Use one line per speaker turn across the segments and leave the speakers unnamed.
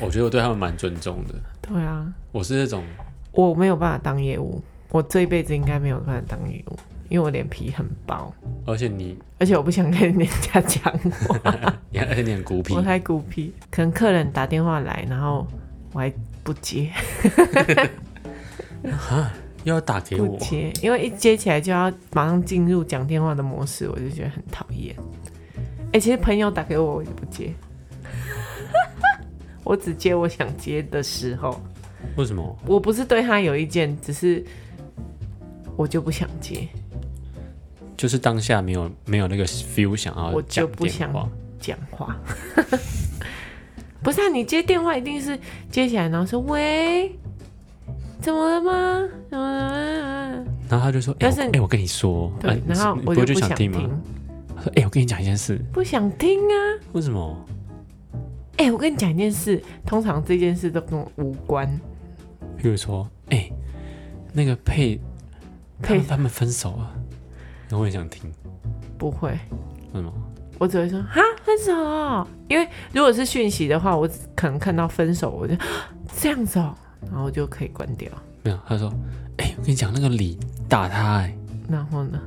我觉得我对他们蛮尊重的。
对啊，
我是那种
我没有办法当业务，我这一辈子应该没有办法当业务，因为我脸皮很薄，
而且你，
而且我不想跟人家讲 话。
你还而且你很孤僻
我，太孤僻，可能客人打电话来，然后我还不接，
又要打给
不
我，
接，因为一接起来就要马上进入讲电话的模式，我就觉得很讨厌。哎、其实朋友打给我，我就不接， 我只接我想接的时候。
为什么？
我不是对他有意见，只是我就不想接，
就是当下没有没有那个 feel 想要
我就
讲
不
电
想
话，
讲话。 不是啊，你接电话一定是接起来，然后说喂，怎么了吗？怎么了吗？
然后他就说：“哎、
但
我
是
哎、我跟你说，
对，
啊
然后
你
我
不会
就不
想
想
听吗？”他说：“哎、我跟你讲一件事，
不想听啊！
为什么？
哎、我跟你讲一件事，通常这件事都跟我无关。
譬如说，哎、那个佩，他
佩
们他们分手了，然后我也想听，
不会，
为什么？
我只会说哈分手哦，因为如果是讯息的话，我只可能看到分手，我就这样子哦，然后我就可以关掉。
没有，他说，哎、我跟你讲，那个李打他、哎，
然后呢？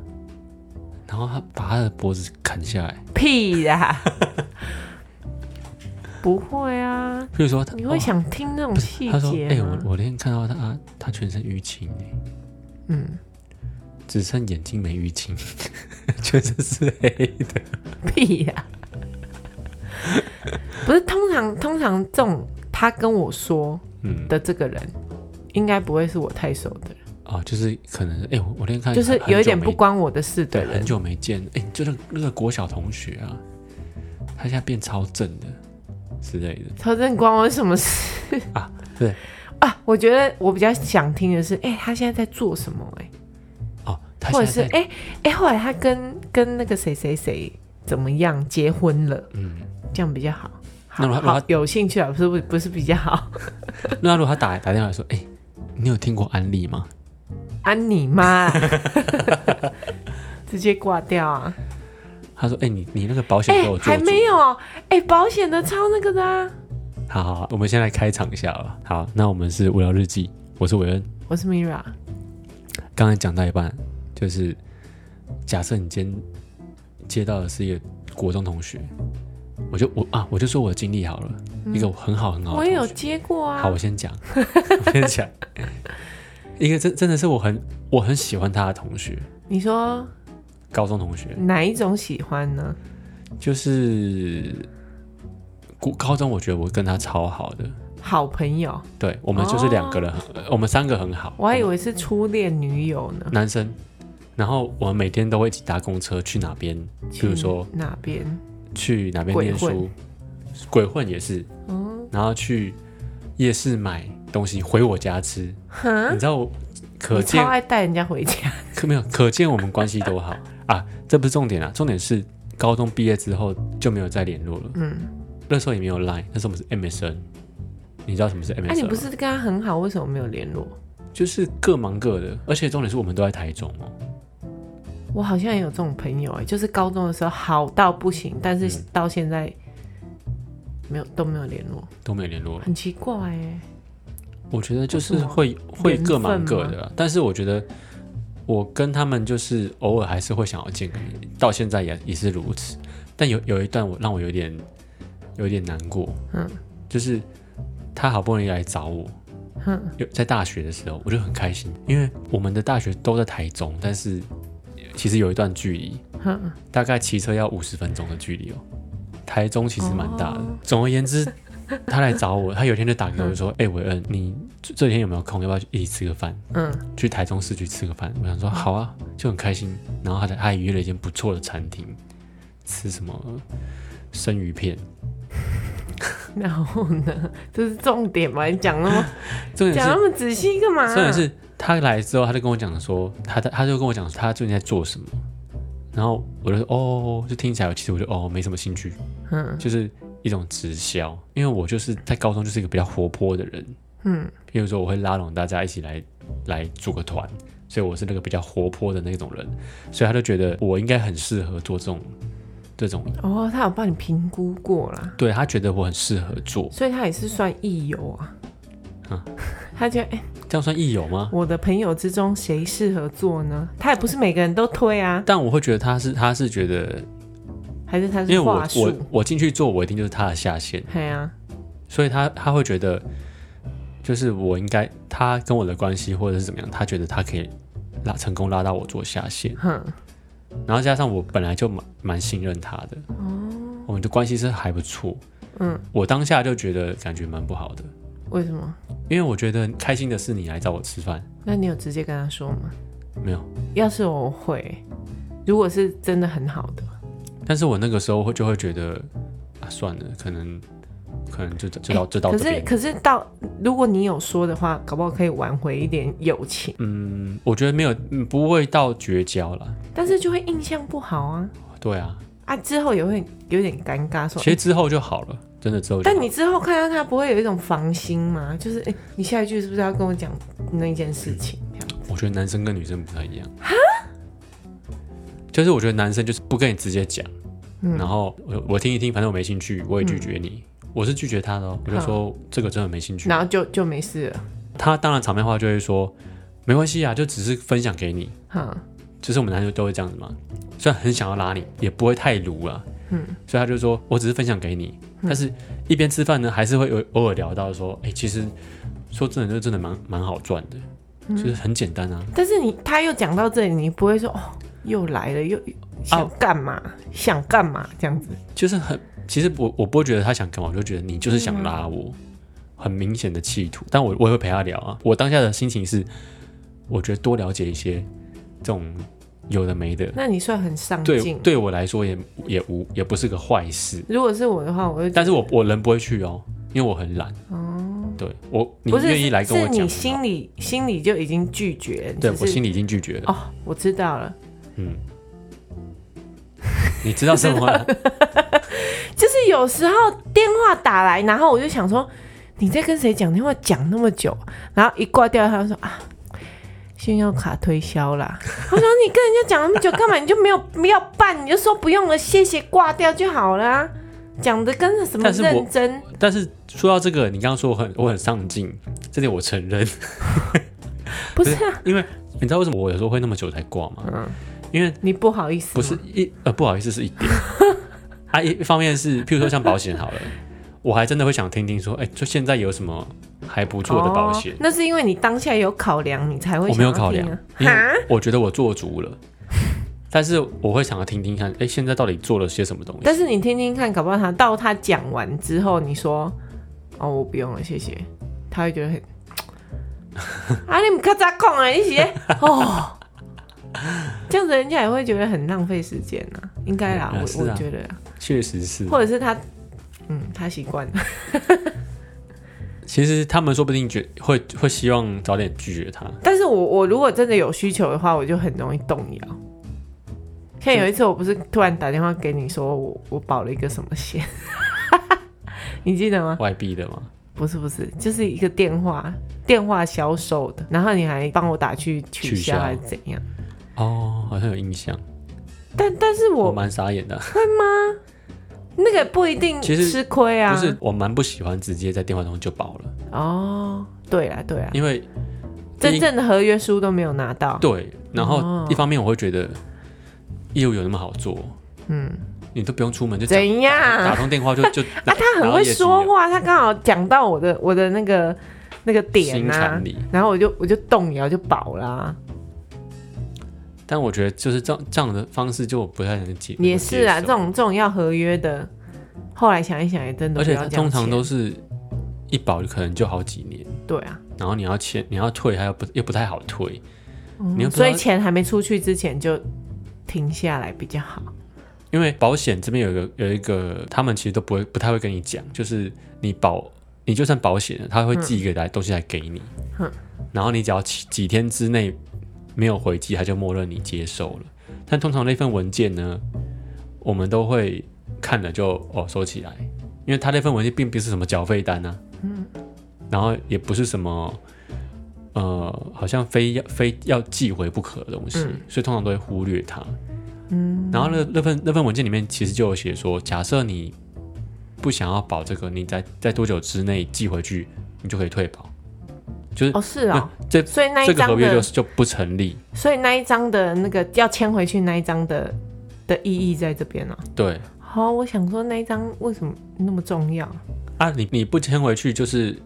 然后他把他的脖子砍下来。
屁啦！不会啊，
譬如说他，哦
你会
哇
想听那种
不是
细
他说，哎、
节
我
吗？
我那天看到他，啊他全身淤青、哎，
嗯，
只剩眼睛没淤青， 全身是黑的。
屁呀、不是，通常通常这种他跟我说
嗯，
的这个人，应该不会是我太熟的人，
哦，就是可能，哎、我我那天看，
就是
很
有
久
一点
没
不关我的事的
对，很
人。
久没见，哎、就那那个国小同学啊，他现在变超正的之类的，
曹正关我什么事
啊对
啊？我觉得我比较想听的是，哎、他现在在做什么、哎，
哦，他
或
现
者
在
是
在
哎哎、后来他跟跟那个谁谁谁怎么样结婚了。
嗯，
这样比较好。
那如
好
果他
好有兴趣啊，不是不不是比较好。
那如果他打打电话来说，哎、你有听过安利吗？
安你妈， 直接挂掉啊！
他说，哎、你你那个保险
哎、
给我做
还
主，
没有哦，哎、保险的超那个的啊！
好好好，我们先来开场一下吧。好，那我们是无聊日记，我是韦恩。
我是 Mira，
刚才讲到一半，就是假设你今天接到的是一个国中同学，我就我啊，我就说我的经历好了，一个我很好很好的同
嗯我
学，
也有接过啊。
哦好，我先讲， 我先讲。一个真真的是我很我很喜欢他的同学，
你说
高中同学，
哪一种喜欢呢？
就是高高中，我觉得我跟他超好的，
好朋友，
对我们就是两个人很，
哦
呃我们三个很好，
我还以为是初恋女友呢。
男生。然后我们每天都会一起搭公车去哪边，嗯比如说
去哪边？
去哪边
鬼
念
混
书，鬼混也是，
嗯，
然后去夜市买东西回我家吃，
哈，
你知道我，可
你
见
超爱带人家回家。
可没有，可见我们关系多好 啊！这不是重点啊，重点是高中毕业之后就没有再联络了。
嗯，
那时候也没有 Line，那时候我们是 MSN。你知道什么是 MSN 吗？
那、啊你不是跟他很好，为什么没有联络？
就是各忙各的，而且重点是我们都在台中哦。
我好像也有这种朋友哎、就是高中的时候好到不行，但
嗯
是到现在没有都没有联络，
都没有联络了。
很奇怪哎、
我觉得就是
为什么
会会各忙各
缘
的啊，但是我觉得我跟他们就是偶尔还是会想要见个面，到现在也也是如此。但有有一段我让我有点有点难过，
嗯，
就是他好不容易来找我，
哼，
有在大学的时候，我就很开心，因为我们的大学都在台中，但是其实有一段距离，
哼，
大概骑车要五十分钟的距离哦。台中其实蛮大的。
哦
总而言之，他来找我，他有一天就打给我就说：“哎、韦恩，你这这几天有没有空？要不要一起吃个饭？
嗯，
去台中市区吃个饭？”我想说好啊，就很开心。然后他他还约了一间不错的餐厅，吃什么生鱼片。
然后呢，这是重点嘛？你 讲那么
重点
讲
是
那么仔细干嘛？
重点是他来之后，他就跟我讲说，他他就跟我讲他最近在做什么，然后我就说哦，就听起来其实我就哦没什么兴趣，
嗯
就是一种直销，因为我就是在高中就是一个比较活泼的人，
嗯，
比如说我会拉拢大家一起来来组个团，所以我是那个比较活泼的那种人，所以他就觉得我应该很适合做这种这种，
哦，他有帮你评估过啦，
对他觉得我很适合做，
所以他也是算益友啊。
啊
他觉得，哎、
这样算益友吗？
我的朋友之中谁适合做呢？他也不是每个人都推啊，
但我会觉得他是他是觉得，
还是他
因为
是
我
话术
我？我进去做，我一定就是他的下线，
对啊，
所以他他会觉得，就是我应该他跟我的关系或者是怎么样，他觉得他可以拉成功拉到我做下线，
哼，
然后加上我本来就蛮蛮信任他的，我们的关系是还不错，
哦嗯，
我当下就觉得感觉蛮不好的，
为什么？
因为我觉得开心的是你来找我吃饭，
那你有直接跟他说吗？
没有，
要是我会，如果是真的很好的，
但是我那个时候会就会觉得啊算了，可能可能就就到、就到
可
这
是
边，
可是到如果你有说的话，搞不好可以挽回一点友情，
嗯，我觉得没有嗯不会到绝交了，
但是就会印象不好啊
对啊，
啊，之后也会有点尴尬说。
其实
欸
之后就好了，真的之后就好
但你之后看到他，不会有一种防心吗？就是哎、欸你下一句是不是要跟我讲那件事情？这样
我觉得男生跟女生不太一样。就是我觉得男生就是不跟你直接讲，然后我我听一听，反正我没兴趣，我也拒绝你。我是拒绝他的、哦，我就说这个真的没兴趣
然。后就就没事了，
他当然场面话就会说没关系啊，就只是分享给你。
哈、
就是我们男生都会这样子嘛，虽然很想要拉你，也不会太鲁啊。嗯，所以他就说我只是分享给你，但是一边吃饭呢，还是会有偶尔聊到说，哎、其实说真的，就真的蛮蛮好赚的，就是很简单啊。
但是你他又讲到这里，你不会说哦，又来了，又想干嘛、想干嘛这样子？
就是很，其实我我不会觉得他想干嘛，我就觉得你就是
嗯
想拉我，很明显的企图。但我我也会陪他聊啊。我当下的心情是，我觉得多了解一些这种有的没的，
那你算很上
对
进。
对我来说也也无也不是个坏事。
如果是我的话，我就
但是我我人不会去哦，因为我很懒。哦，对我你
不是
愿意来跟我
是
讲
你
吗，
心里心里就已经拒绝了，
对
只是
我心里已经拒绝了。
哦，我知道了，
你 知道什么吗？
就是有时候电话打来，然后我就想说你在跟谁讲电话讲那么久，然后一挂掉，他就说啊。信用卡推销啦！ 我说你跟人家讲那么久干嘛？你就没有不要办，你就说不用了，谢谢，挂掉就好了、啊。讲的跟什么
但是我
认真？
但是说到这个，你刚刚说我很我很上进，这点我承认。
不是啊，
因为你知道为什么我有时候会那么久才挂吗？
嗯
因为
你不好意思吗，
不是一呃不好意思是一 点，啊一一方面是譬如说像保险好了，我还真的会想听听说，哎、就现在有什么还不错的保险
哦？那是因为你当下有考量，你才会
我没有考量
想要听，
因
啊
为我觉得我做足了，但是我会想要听听看，哎、现在到底做了些什么东西？
但是你听听看，搞不好他到他讲完之后，你说哦，我不用了，谢谢，他会觉 得很啊，你们咔嚓控啊，一起哦，这样子人家也会觉得很浪费时间呐、应该啦，
嗯
我、
是啊
我觉得啊，
确实是，
或者是他嗯，他习惯了，
其实他们说不定觉会会希望早点拒绝他，
但是我我如果真的有需求的话，我就很容易动摇。像有一次，我不是突然打电话给你说我我保了一个什么险， 你记得吗？
外币的嘛，
不是不是，就是一个电话电话销售的，然后你还帮我打去取
取
消
消
还是怎样？
哦，好像有印象，
但但是
我
我
蛮傻眼的，
那个不一定
其实
吃亏啊，
不是我蛮不喜欢直接在电话中就保了，
哦，对啦对啦，
因为第
真
一
正的合约书都没有拿到，
对，然后
哦
一方面我会觉得业务有那么好做，
嗯，
你都不用出门就讲
怎
打
样？
通电话就就
啊，他很会说，话，他刚好讲到我的我的那个那个点
心
啊
坎里，
然后我就我就动摇就啊保啦、
但我觉得就是这样这样的方式就不太能解，
也是啊，
能接
这
受
种这种要合约的，后来想一想也真的
而
不
且
要
它
这
通
样
常
签
都是一保可能就好几年，
对啊，
然后你要签你要退，还有不又不太好退，你又不
嗯
知
所
道
以钱还没出去之前就停下来比较好。
因为保险这边有一个有一个，他们其实都不会不太会跟你讲，就是你保你就算保险了，他会寄一个来、东西来给你，
嗯
然后你只要几几天之内没有回寄，他就默认你接受了。但通常那份文件呢，我们都会看了就哦收起来，因为他那份文件并不是什么缴费单啊，
嗯
然后也不是什么。呃，好像非要非要寄回不可的东西，
嗯
所以通常都会忽略它。然后那那份那份文件里面其实就有写说，假设你不想要保这个，你在在多久之内寄回去，你就可以退保。
哦，是
那
啊、
这
所以那
这
一
个合
张
约
的，
就是就不成立。
所以那一张的那个要签回去那一张的的意义在这边呢、
对
啊。好、我想说那一张为什么那么重要？
啊，你你不签回去就是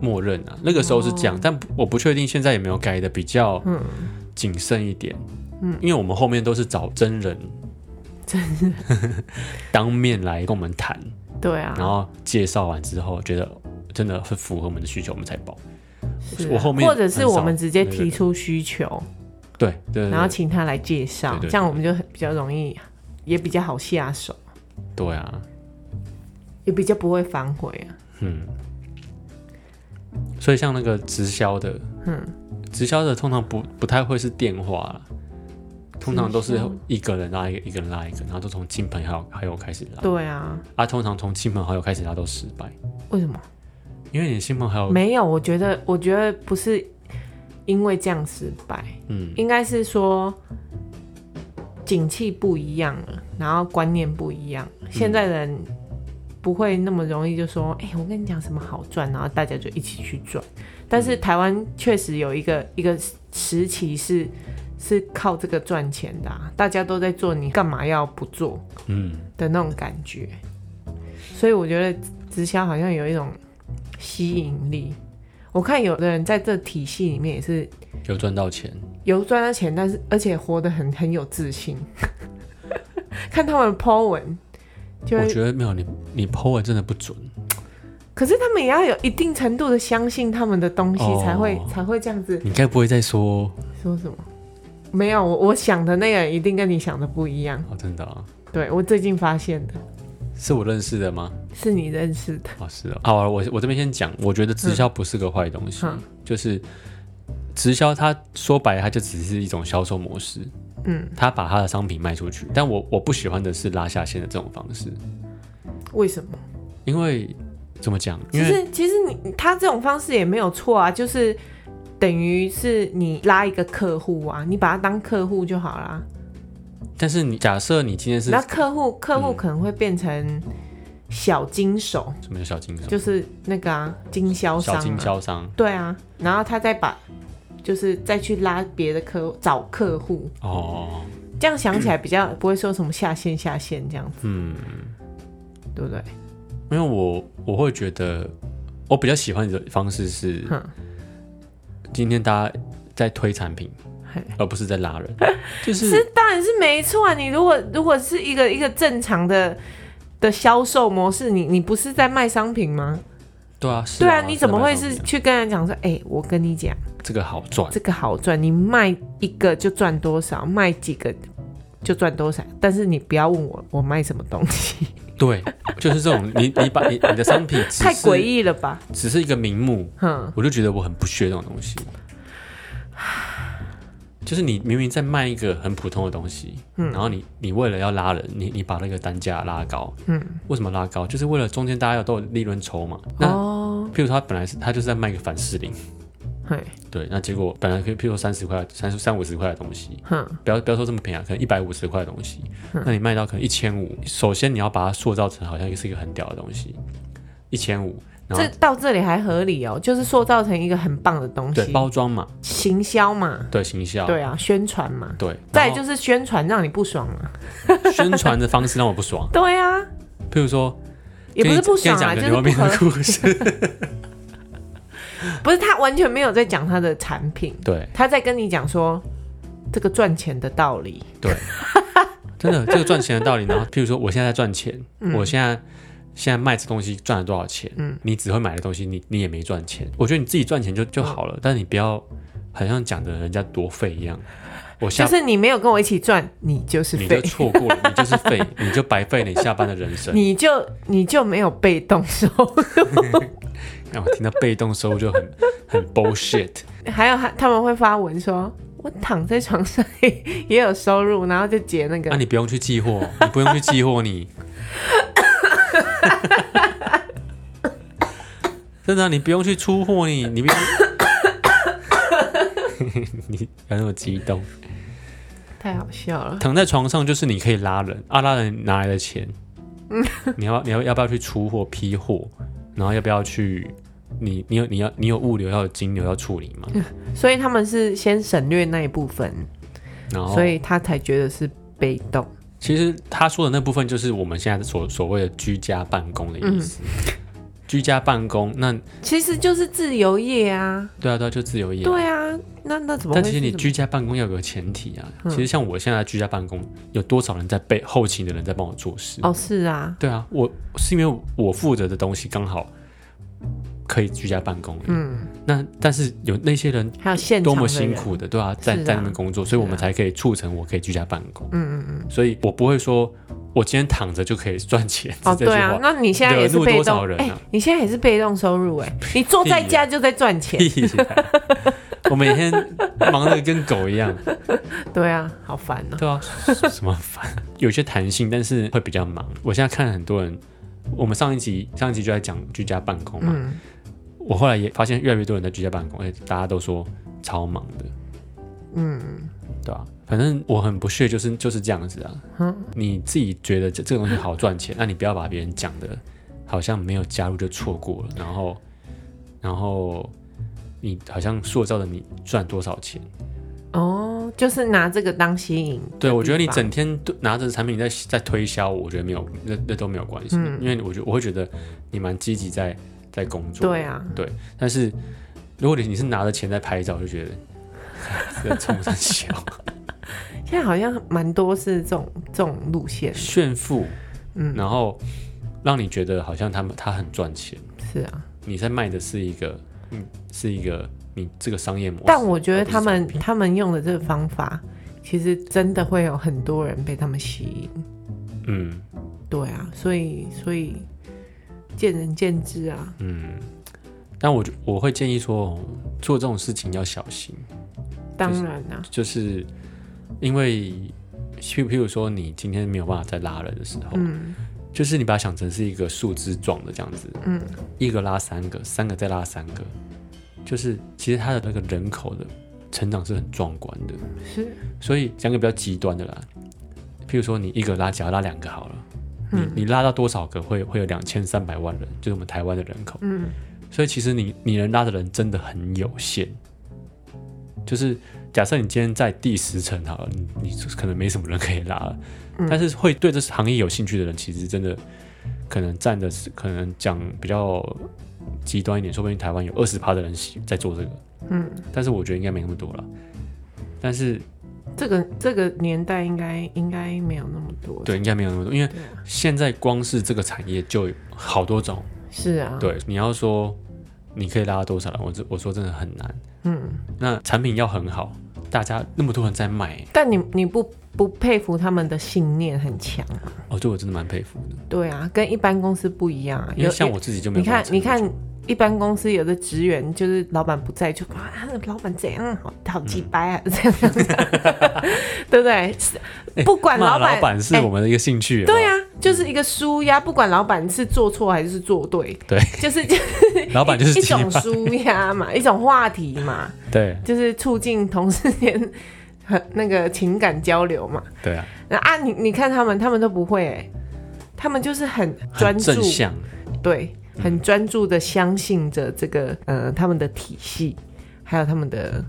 默认啊。那个时候是这样，但我不确定现在有没有改的比较
哦嗯
谨慎一点。嗯，因为我们后面都是找真人，
真
人 当面来跟我们谈，
对啊，
然后介绍完之后觉得真的是符合我们的需求，我们才报。
是啊
我后面
或者是
很少
我们直接
那个
提出需求，
对对对
然后请他来介绍
对对，对
这样我们就很比较容易，也比较好下手，
对啊，
也比较不会反悔啊。
嗯。所以像那个直销的，
嗯，
直销的通常不不太会是电话啦，通常都
直
是
销
一个人拉一个，一个人拉一个，然后都从亲朋好友好友开始拉。
对啊，
啊，通常从亲朋好友开始拉都失败，
为什么？
因为你亲朋好友，
没有，我觉得，我觉得不是因为这样失败，
嗯，
应该是说景气不一样了，然后观念不一样，现在人不会那么容易就说，哎、我跟你讲什么好赚，然后大家就一起去赚。但是台湾确实有一个一个时期是是靠这个赚钱的、啊，大家都在做，你干嘛要不做
嗯，
的那种感觉？所以我觉得直销好像有一种吸引力。我看有的人在这体系里面也是
有赚到钱，
有赚到钱，但是而且活得很很有自信。 看他们的 po 文，就
我
会，
觉得没有你，你 PO 文真的不准，
可是他们也要有一定程度的相信他们的东西，
哦
才会才会这样子
你该不会再说
说什么？没有，我我想的那个一定跟你想的不一样。
哦，真的啊，
对我最近发现的
是我认识的吗？
是你认识的，
哦，是哦，好啊，我我这边先讲，我觉得直销不是个坏东西，
嗯
就是直销，它说白了，它就只是一种销售模式，
嗯，
它把它的商品卖出去。但我我不喜欢的是拉下线的这种方式，
为什么？
因为怎么讲？因
其
为
实其实你他这种方式也没有错啊，就是等于是你拉一个客户啊，你把他当客户就好啦。
但是你假设你今天是
那客户客户
嗯
可能会变成小经手，
什么叫小经商，
就是那个啊，经销商、
小
啊，
经销商
对啊，然后他再把就是再去拉别的客找客户，
哦，
这样想起来比较不会说什么下线下线这样子，
嗯，
对不对？
因为我我会觉得我比较喜欢的方式是
哼，
今天大家在推产品
嘿。
而不是在拉 人，就是
是当然是没错啊，你如果如果是一个一个正常的。的销售模式，你你不是在卖商品吗？
对啊，是
对啊，
啊，
你怎么会
在卖
是
商品
去跟人讲说，哎、我跟你讲，
这个好赚？
这个好赚，你卖一个就赚多少，卖几个就赚多少，但是你不要问我我卖什么东西，
对，就是这种，你你把你你的商品只是
太诡，异了吧？
只是一个名目，
哼，
我就觉得我很不屑这种东西。就是你明明在卖一个很普通的东西，
嗯
然后你你为了要拉人，你你把那个单价拉高，
嗯，
为什么拉高？就是为了中间大家都有利润抽嘛。那、
哦，
譬如说他本来是他就是在卖一个凡士林，
嘿，对
对，那结果本来可以譬如说三十块、三三五十块的东西，
哼，
不要不要说这么便宜啊，可能一百五十块的东西，那你卖到可能一千五，首先你要把它塑造成好像是一个很屌的东西，一千五，然
这
后
到这里还合理哦，就是塑造成一个很棒的东
对
西，
包装嘛，
行销嘛，
对行销，
对啊，宣传嘛，
对，
再
然
就
后
是宣传让你不爽嘛，，
宣传的方式让我不爽
对啊，
譬如说
也不是
跟你
不爽啊，
跟你讲个
就是
牛肉
不
面的故
合，
事，
不是他完全没有在讲他的产品，
对
他在跟你讲说这个赚钱的道理，
对，真的这个赚钱的道理，然后譬如说我现在在赚钱，
嗯
我现在。现在卖这东西赚了多少钱？嗯，你只会买的东西，你你也没赚钱。我觉得你自己赚钱就就
嗯
好了，但你不要好像讲的人家多废一样。我下
就是你没有跟我一起赚，你就是
你就
废，
错过了， 你就是废，你就白费了你下班的人生。
你就你就没有被动收入
让啊我听到被动收入就很很 bullshit。
还有他他们会发文说，我躺在床上也有收入，然后就截那个
那、，你不用去寄货， 你不用去寄货，你。 真的啊、你不用去 出货，你你不用。你不要那么激动。
太好笑了。
躺在床上就是你可以拉人，啊，拉人哪来的 钱？你要你要要不要去出货批货？然后要不要去？你你有你要你有物流要有金流要处理嘛？
所以他们是先省略那一部分，
然后
所以他才觉得是被动。
其实他说的那部分就是我们现在所所谓的居家办公的意思。居家办公，那
其实就是自由业啊，
对啊对啊，就自由业。
对啊，那那怎么会嗯
但
是
其
什
实
么？
你居家办公要有个前提啊。其实像我现在居家办公，有多少人在背后勤的人在帮我做事？
哦，是啊，
对啊，我是因为我负责的东西刚好可以居家办公。
嗯，
那但是有那些人
还有现场
多
的
么
人
辛，苦的，对啊，在
是啊
在那边工作，所以我们才可以促成我可以居家办公。嗯嗯嗯。所以我不会说我今天躺着就可以赚钱，
哦，
是这
对
句
啊
话，。
那你现在也是
惹怒
被
多少
动，
人
哎、
啊
你现在也是被动收入、哎，你坐在家就在赚 钱，
屁啦我每天忙得跟狗一 样，
对啊，好烦哦、
对啊，什么烦？有些弹性，但是会比较忙。我现在看很多人，我们上一集上一集就在讲居家办公嘛，
嗯，
我后来也发现越来越多人在居家办公，而且大家都说超忙的，嗯，对啊，反正我很不屑，就是就是这样子啊。你自己觉得这这个东西好赚钱，那你不要把别人讲的，好像没有加入就错过了，然后，然后你好像塑造的你赚多少钱，
哦，就是拿这个当吸引，
对我觉得你整天都拿着产品在在推销，我觉得没有那那都没有关系，
嗯
因为我觉得我会觉得你蛮积极在在工作，
对啊，
但是如果你你是拿着钱在拍照，就觉得 这冲上小
现在好像蛮多是这种这种路线，
炫富，
嗯，
然后让你觉得好像他们他很赚钱，
是啊。
你在卖的是一个嗯是一个你这个商业模式，
但我觉得他
而
们
不是商品
他们用的这个方法，其实真的会有很多人被他们吸引。
嗯
对啊，所以所以见仁见智啊。
嗯，但我就我会建议说做这种事情要小心，
当然啊啦、
就是因为譬譬如说你今天没有办法再拉人的时候，
嗯
就是你把它想成是一个树枝状的这样子，
嗯，
一个拉三个，三个再拉三个，就是其实它的那个人口的成长是很壮观的。
是
所以讲个比较极端的啦，譬如说你一个拉假如拉两个好了，
嗯
你你拉到多少个会会有两千三百万人，就是我们台湾的人口。
嗯，
所以其实你你能拉的人真的很有限。就是假设你今天在第十层好了，你你可能没什么人可以拉了，
嗯
但是会对这行业有兴趣的人，其实真的可能占的是可能讲比较极端一点，说不定台湾有二十趴的人喜在做这个。
嗯，
但是我觉得应该没那么多了。但是
这个这个年代应该应该没有那么多。
对，应该没有那么多，因为
对啊，
现在光是这个产业就有好多种。
是啊，，
对，你要说你可以拉到多少人，我这我说真的很难。
嗯。
那产品要很好，大家那么多人在卖，
但你你不不佩服他们的信念很强啊？
哦，对我真的蛮佩服的。
对啊，跟一般公司不一样啊。
因为
有
像我自己就没
你
有办
看
法，
你
撑
看
得住，
一般公司有的职员就是老板不在就啊，那个老板怎样好好鸡掰啊，这样这样，这样 对不对？是不管
嗯哎骂
老板，
老板是
哎
我们的嗯一个兴趣。
对啊，就是一个输压，不管老板是做错还是做对，
对，
就是就是
有没有，老板就是
一
鸡
种
巴。
输 压嘛，一种话题嘛，
对
就是促进同事间 很那个情感交流嘛。
对啊，
那啊，你你看他们，他们都不会、欸，他们就是很专
很
注，
正向。
对，很专注的相信着这个呃他们的体系，还有他们的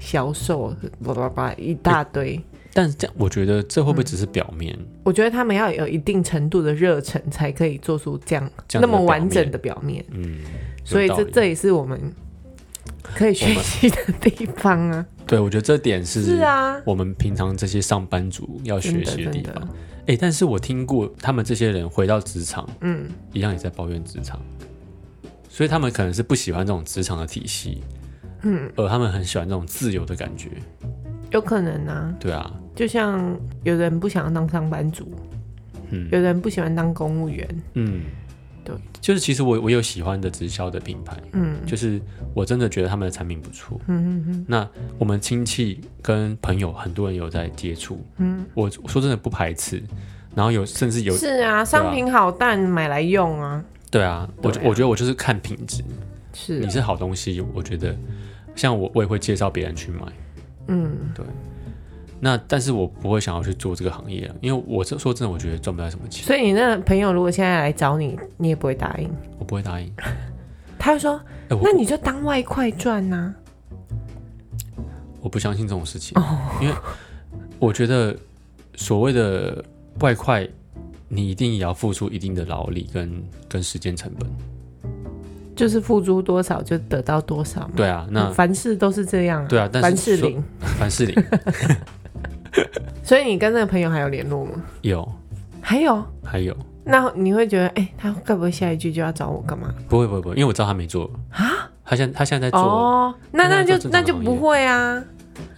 销售，叭叭叭一大堆。
但是这样，我觉得这会
嗯
不会只是表面？
我觉得他们要有一定程度的热忱，才可以做出这样
这样子的
那么完整的表面。
嗯，
所以
有道
这
理
这也是我们可以学习的地方啊。
对我觉得这点是
是啊，
我们平常这些上班族要
真
学
的
习
真
地
的
方。哎、但是我听过他们这些人回到职场，
嗯，
一样也在抱怨职场，所以他们可能是不喜欢这种职场的体系，嗯，而他们很喜欢这种自由的感觉，
有可能啊。
对啊，
就像有人不想要当上班族，
嗯
有人不喜欢当公务员，
嗯，
对，
就是其实我我有喜欢的直销的品牌，
嗯
就是我真的觉得他们的产品不错，
嗯嗯嗯
那我们亲戚跟朋友很多人有在接触，
嗯，
我我说真的不排斥，然后有甚至有
是啊，商品好但买来用啊。
对啊，我
对啊
我觉得我就是看品质，
是
你是好东西，我觉得像我我也会介绍别人去买。
嗯，
对，那但是我不会想要去做这个行业了，因为我这说真的，我觉得赚不到什么钱，
所以你那朋友如果现在来找你，你也不会答应。
我不会答应。
他就说
哎、：“我
那你就当外快赚啊呐、
我不相信这种事情，
哦
因为我觉得所谓的外快，你一定也要付出一定的劳力跟跟时间成本。
就是付出多少就得到多少嘛。
对啊，那
凡事都是这样、啊，
对啊，但是
嗯凡事
说
零。
凡士林
所以你跟那个朋友还有联络吗？
有，
还有，
还有
那你会觉得，哎、他该不会下一句就要找我干嘛？
不会不会不会，因为我知道他没做啊，他现他现在在做，
哦，那那
那
就
就正常
那就
行
不
业
会啊。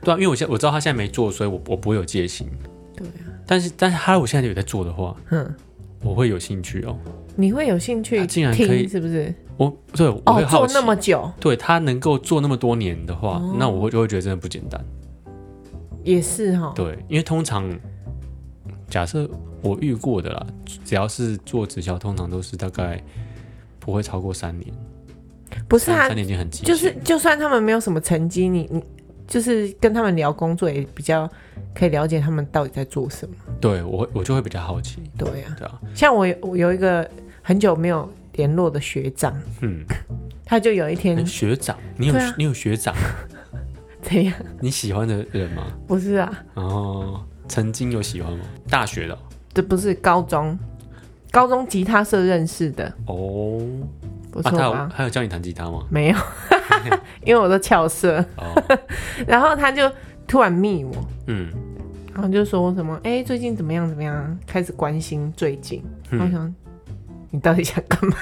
对啊，因为我现在我知道他现在没做，所以我我不会有戒心。
对啊，
但是但是他如果现在有在做的话，
嗯，
我会有兴趣哦。
你会有兴趣
他啊竟然可以
听是不是？
我对我
哦
会，好
做
奇，
那么久
对他能够做那么多年的话，
哦
那我会就会觉得真的不简单。
也是哈。
对，因为通常假设我遇过的啦，只要是做直销，通常都是大概不会超过三年，
不是
三
啊
三，年已经很极限。
就是就算他们没有什么成绩，你你就是跟他们聊工作也比较可以了解他们到底在做什么。
对我会我就会比较好奇，
对啊，
对啊，
像我有我有一个很久没有联络的学长，
嗯，
他就有一
诶
天
学长，你有、
嗯对啊
你有学长
怎样？
你喜欢的人吗？
不是啊，
哦，曾经有喜欢吗？大学的
这不是高中，高中吉他社认识的，
哦，
不
啊，
错
他有
吧？
他有教你弹吉他吗？
没有， 因为我都翘社，
哦，
然后他就突然密我，
嗯，
然后就说什么，哎、最近怎么样怎么样，开始关心最近。
嗯
我想，你到底想 干嘛？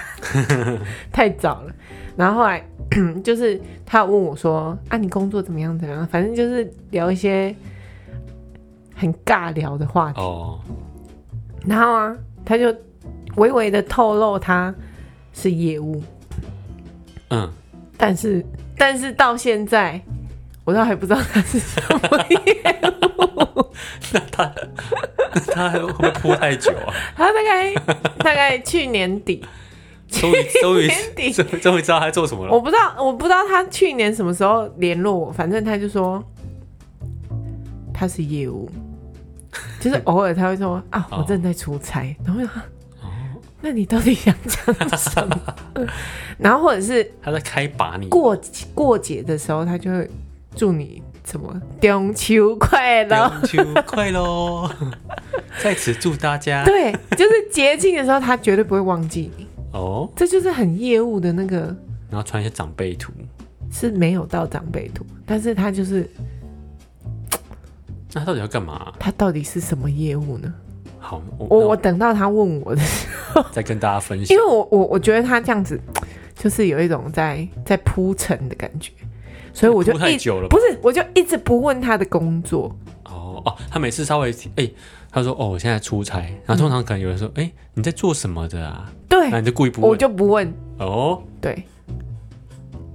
太早了。然后后来 就是他问我说，啊，你工作怎么样怎么样？反正就是聊一些很尬聊的话题。
哦，
然后啊，他就微微的透露他是业务，
嗯，
但是但是到现在。我都还不知道他是什么 业务，
他会不会拖太久啊？
他大概大概去年底
终 于终于
年底
终于终于知道他在做什么了
我。不知道，我不知道他去年什么时候联络我，反正他就说他是业 务，就是偶尔他会说啊，
哦
我正在出差，然后我就啊 那你到底想讲什么？ 然后或者是
他在开拔你，
过过节的时候，他就会祝你什么中秋快乐。
中秋快 乐！在此祝大家
对，就是节庆的时候，他绝对不会忘记你，
哦，
这就是很业务的那个
然后传一些长辈图。
是没有到长辈图，但是他就是
那他到底要干嘛、
他到底是什么业务呢？
好，我
我我
我
等到他问我的，
再跟大家分享
因为。我我我觉得他这样子，就是有一种在在铺陈的感觉，所以我就
拖太
一
久了吧
不是，我就一直不问他的工作，
哦哦，他每次稍微提哎、他说哦，我现在出差，然后通常可能有人说，哎、你在做什么的啊？
对
那、，你就故意不
我
问
就不问，
哦。
对，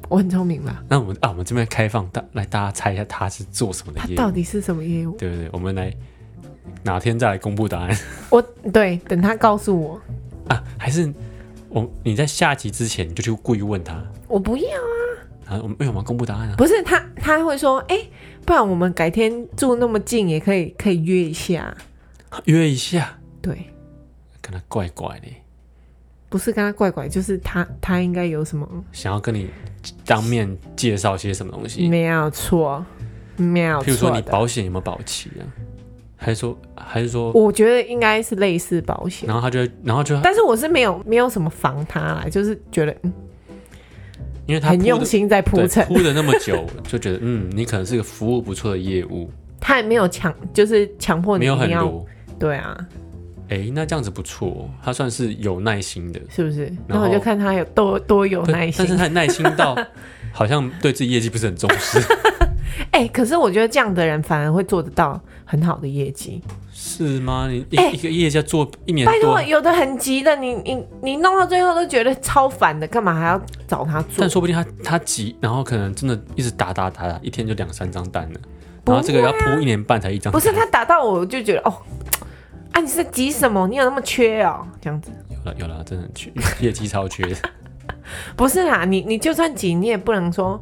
我很聪明吧？
那我们啊，我们这边开放大来，大家猜一下他是做什么的
他
业
到
务？
底是什么业务？
哎对对对，我们来哪天再来公布答案
我对，等他告诉我，
啊？还是我你在下集之前你就去故意问他，
我不要啊，
然后我们因为我们要公布答案啊。
不是他他会说，哎、不然我们改天住那么近也可以可以约一下，
约一下，
对，
跟他怪怪的，
不是跟他怪怪，就是他他应该有什么。
想要跟你当面介绍些什么东西，
没有错，没有
譬如说
错
你
的。
保险有没有保期啊，还是说还是说，
我觉得应该是类似保险，
然后他就会然后就
但是我是没有没有什么防他啦，就是觉得嗯
因为他
很
铺
用
的
心在铺
对
陈，
铺的那么久，就觉得嗯，你可能是个服务不错的业 务，
他也没有强，就是强迫你
没有
一定
很
要
多。
对啊，
哎，那这样子不错哦，他算是有耐心的，
是不是？
然
然
后
后我就看他有多多有
对
耐心
但是。他的耐心 到好像对自己业绩不是很重视，
哎、可是我觉得这样的人反而会做得到很好的业绩。
是吗？你
哎
一一个业绩要做一年
拜
多啊
托，，有的很急的，你你你弄到最后都觉得超烦的，干嘛还要找他做
但？说不定他他急，然后可能真的一直打打打打，一天就两三张单了。
不
然
会啊
后这个要铺一年半才一张单，
不是他打到我，我就觉得哦，啊你是在急什么？你有那么缺哦？这样子。
有了有了，真的很缺，业绩超缺 的。
不是啦，你你就算急，你也不能说，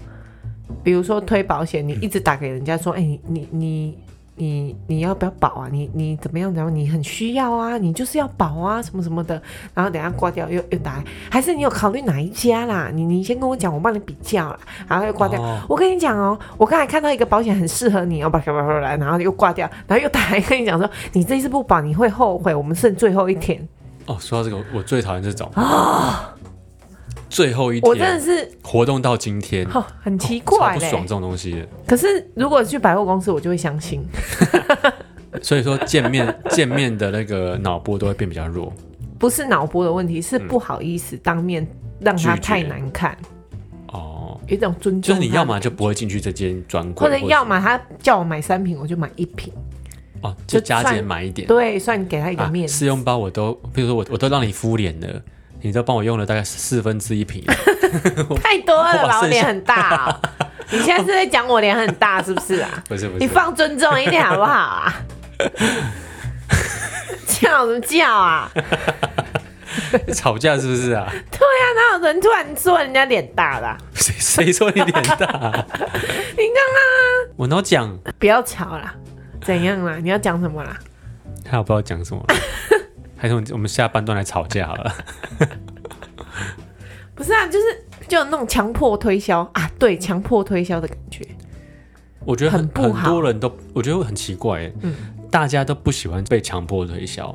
比如说推保险，你一直打给人家说，哎、你你你你你要不要保啊？你你怎么样？怎么样？你很需要啊，你就是要保啊，什么什么的。然后等一下挂掉又又打来，还是你有考虑哪一家啦？你你先跟我讲，我帮你比较啦。然后又挂掉。
哦
我跟你讲哦，我刚才看到一个保险很适合你哦，叭叭叭叭叭，然后又挂掉，然后又打来跟你讲说，你这一次不保你会后悔，我们剩最后一天。
哦，说到这个，我最讨厌这种最后一
啊我真的
天
是
活动到今天，
哦，很奇
超
怪
不
嘞、
爽这种东西的。
可是如果去百货公司，我就会 相信。
所以说见面见面的那个脑波都会变比较弱。
不是脑波的问题，是不好意思当面让他
嗯拒绝
太难看，
哦，
有一种尊
就
重
是
他。
你要么就不会进去这间专柜，
嗯或者要
是
么他叫我买三瓶，我就买一瓶，
哦，就
就
加减
算
买一点。
对，算给他一个面
啊、
子。
试用包我都，比如说我我都让你敷脸了，你都帮我用了大概四分之一瓶 了，
太多了，
哇
老
剩下
脸很大、 哦。你现在是在讲我脸很大是不是啊？
不是不是，
你放尊重一点好不好啊？叫什么叫啊？对
吵架是不是啊？
啊，哪有人突然说人家脸大的啊、
谁谁说你脸大、
你啊刚
我哪有讲？
刚不要吵啦，怎样啦？你要讲什么啦？
还有不知道讲什 么，还是我们我们下半段来吵架好了。
不是啊，就是就有那种强迫推销啊，对，强迫推销的感觉。
我觉得很
很不好嗯
多人都，我觉得很奇怪耶，大家都不喜欢被强迫推销，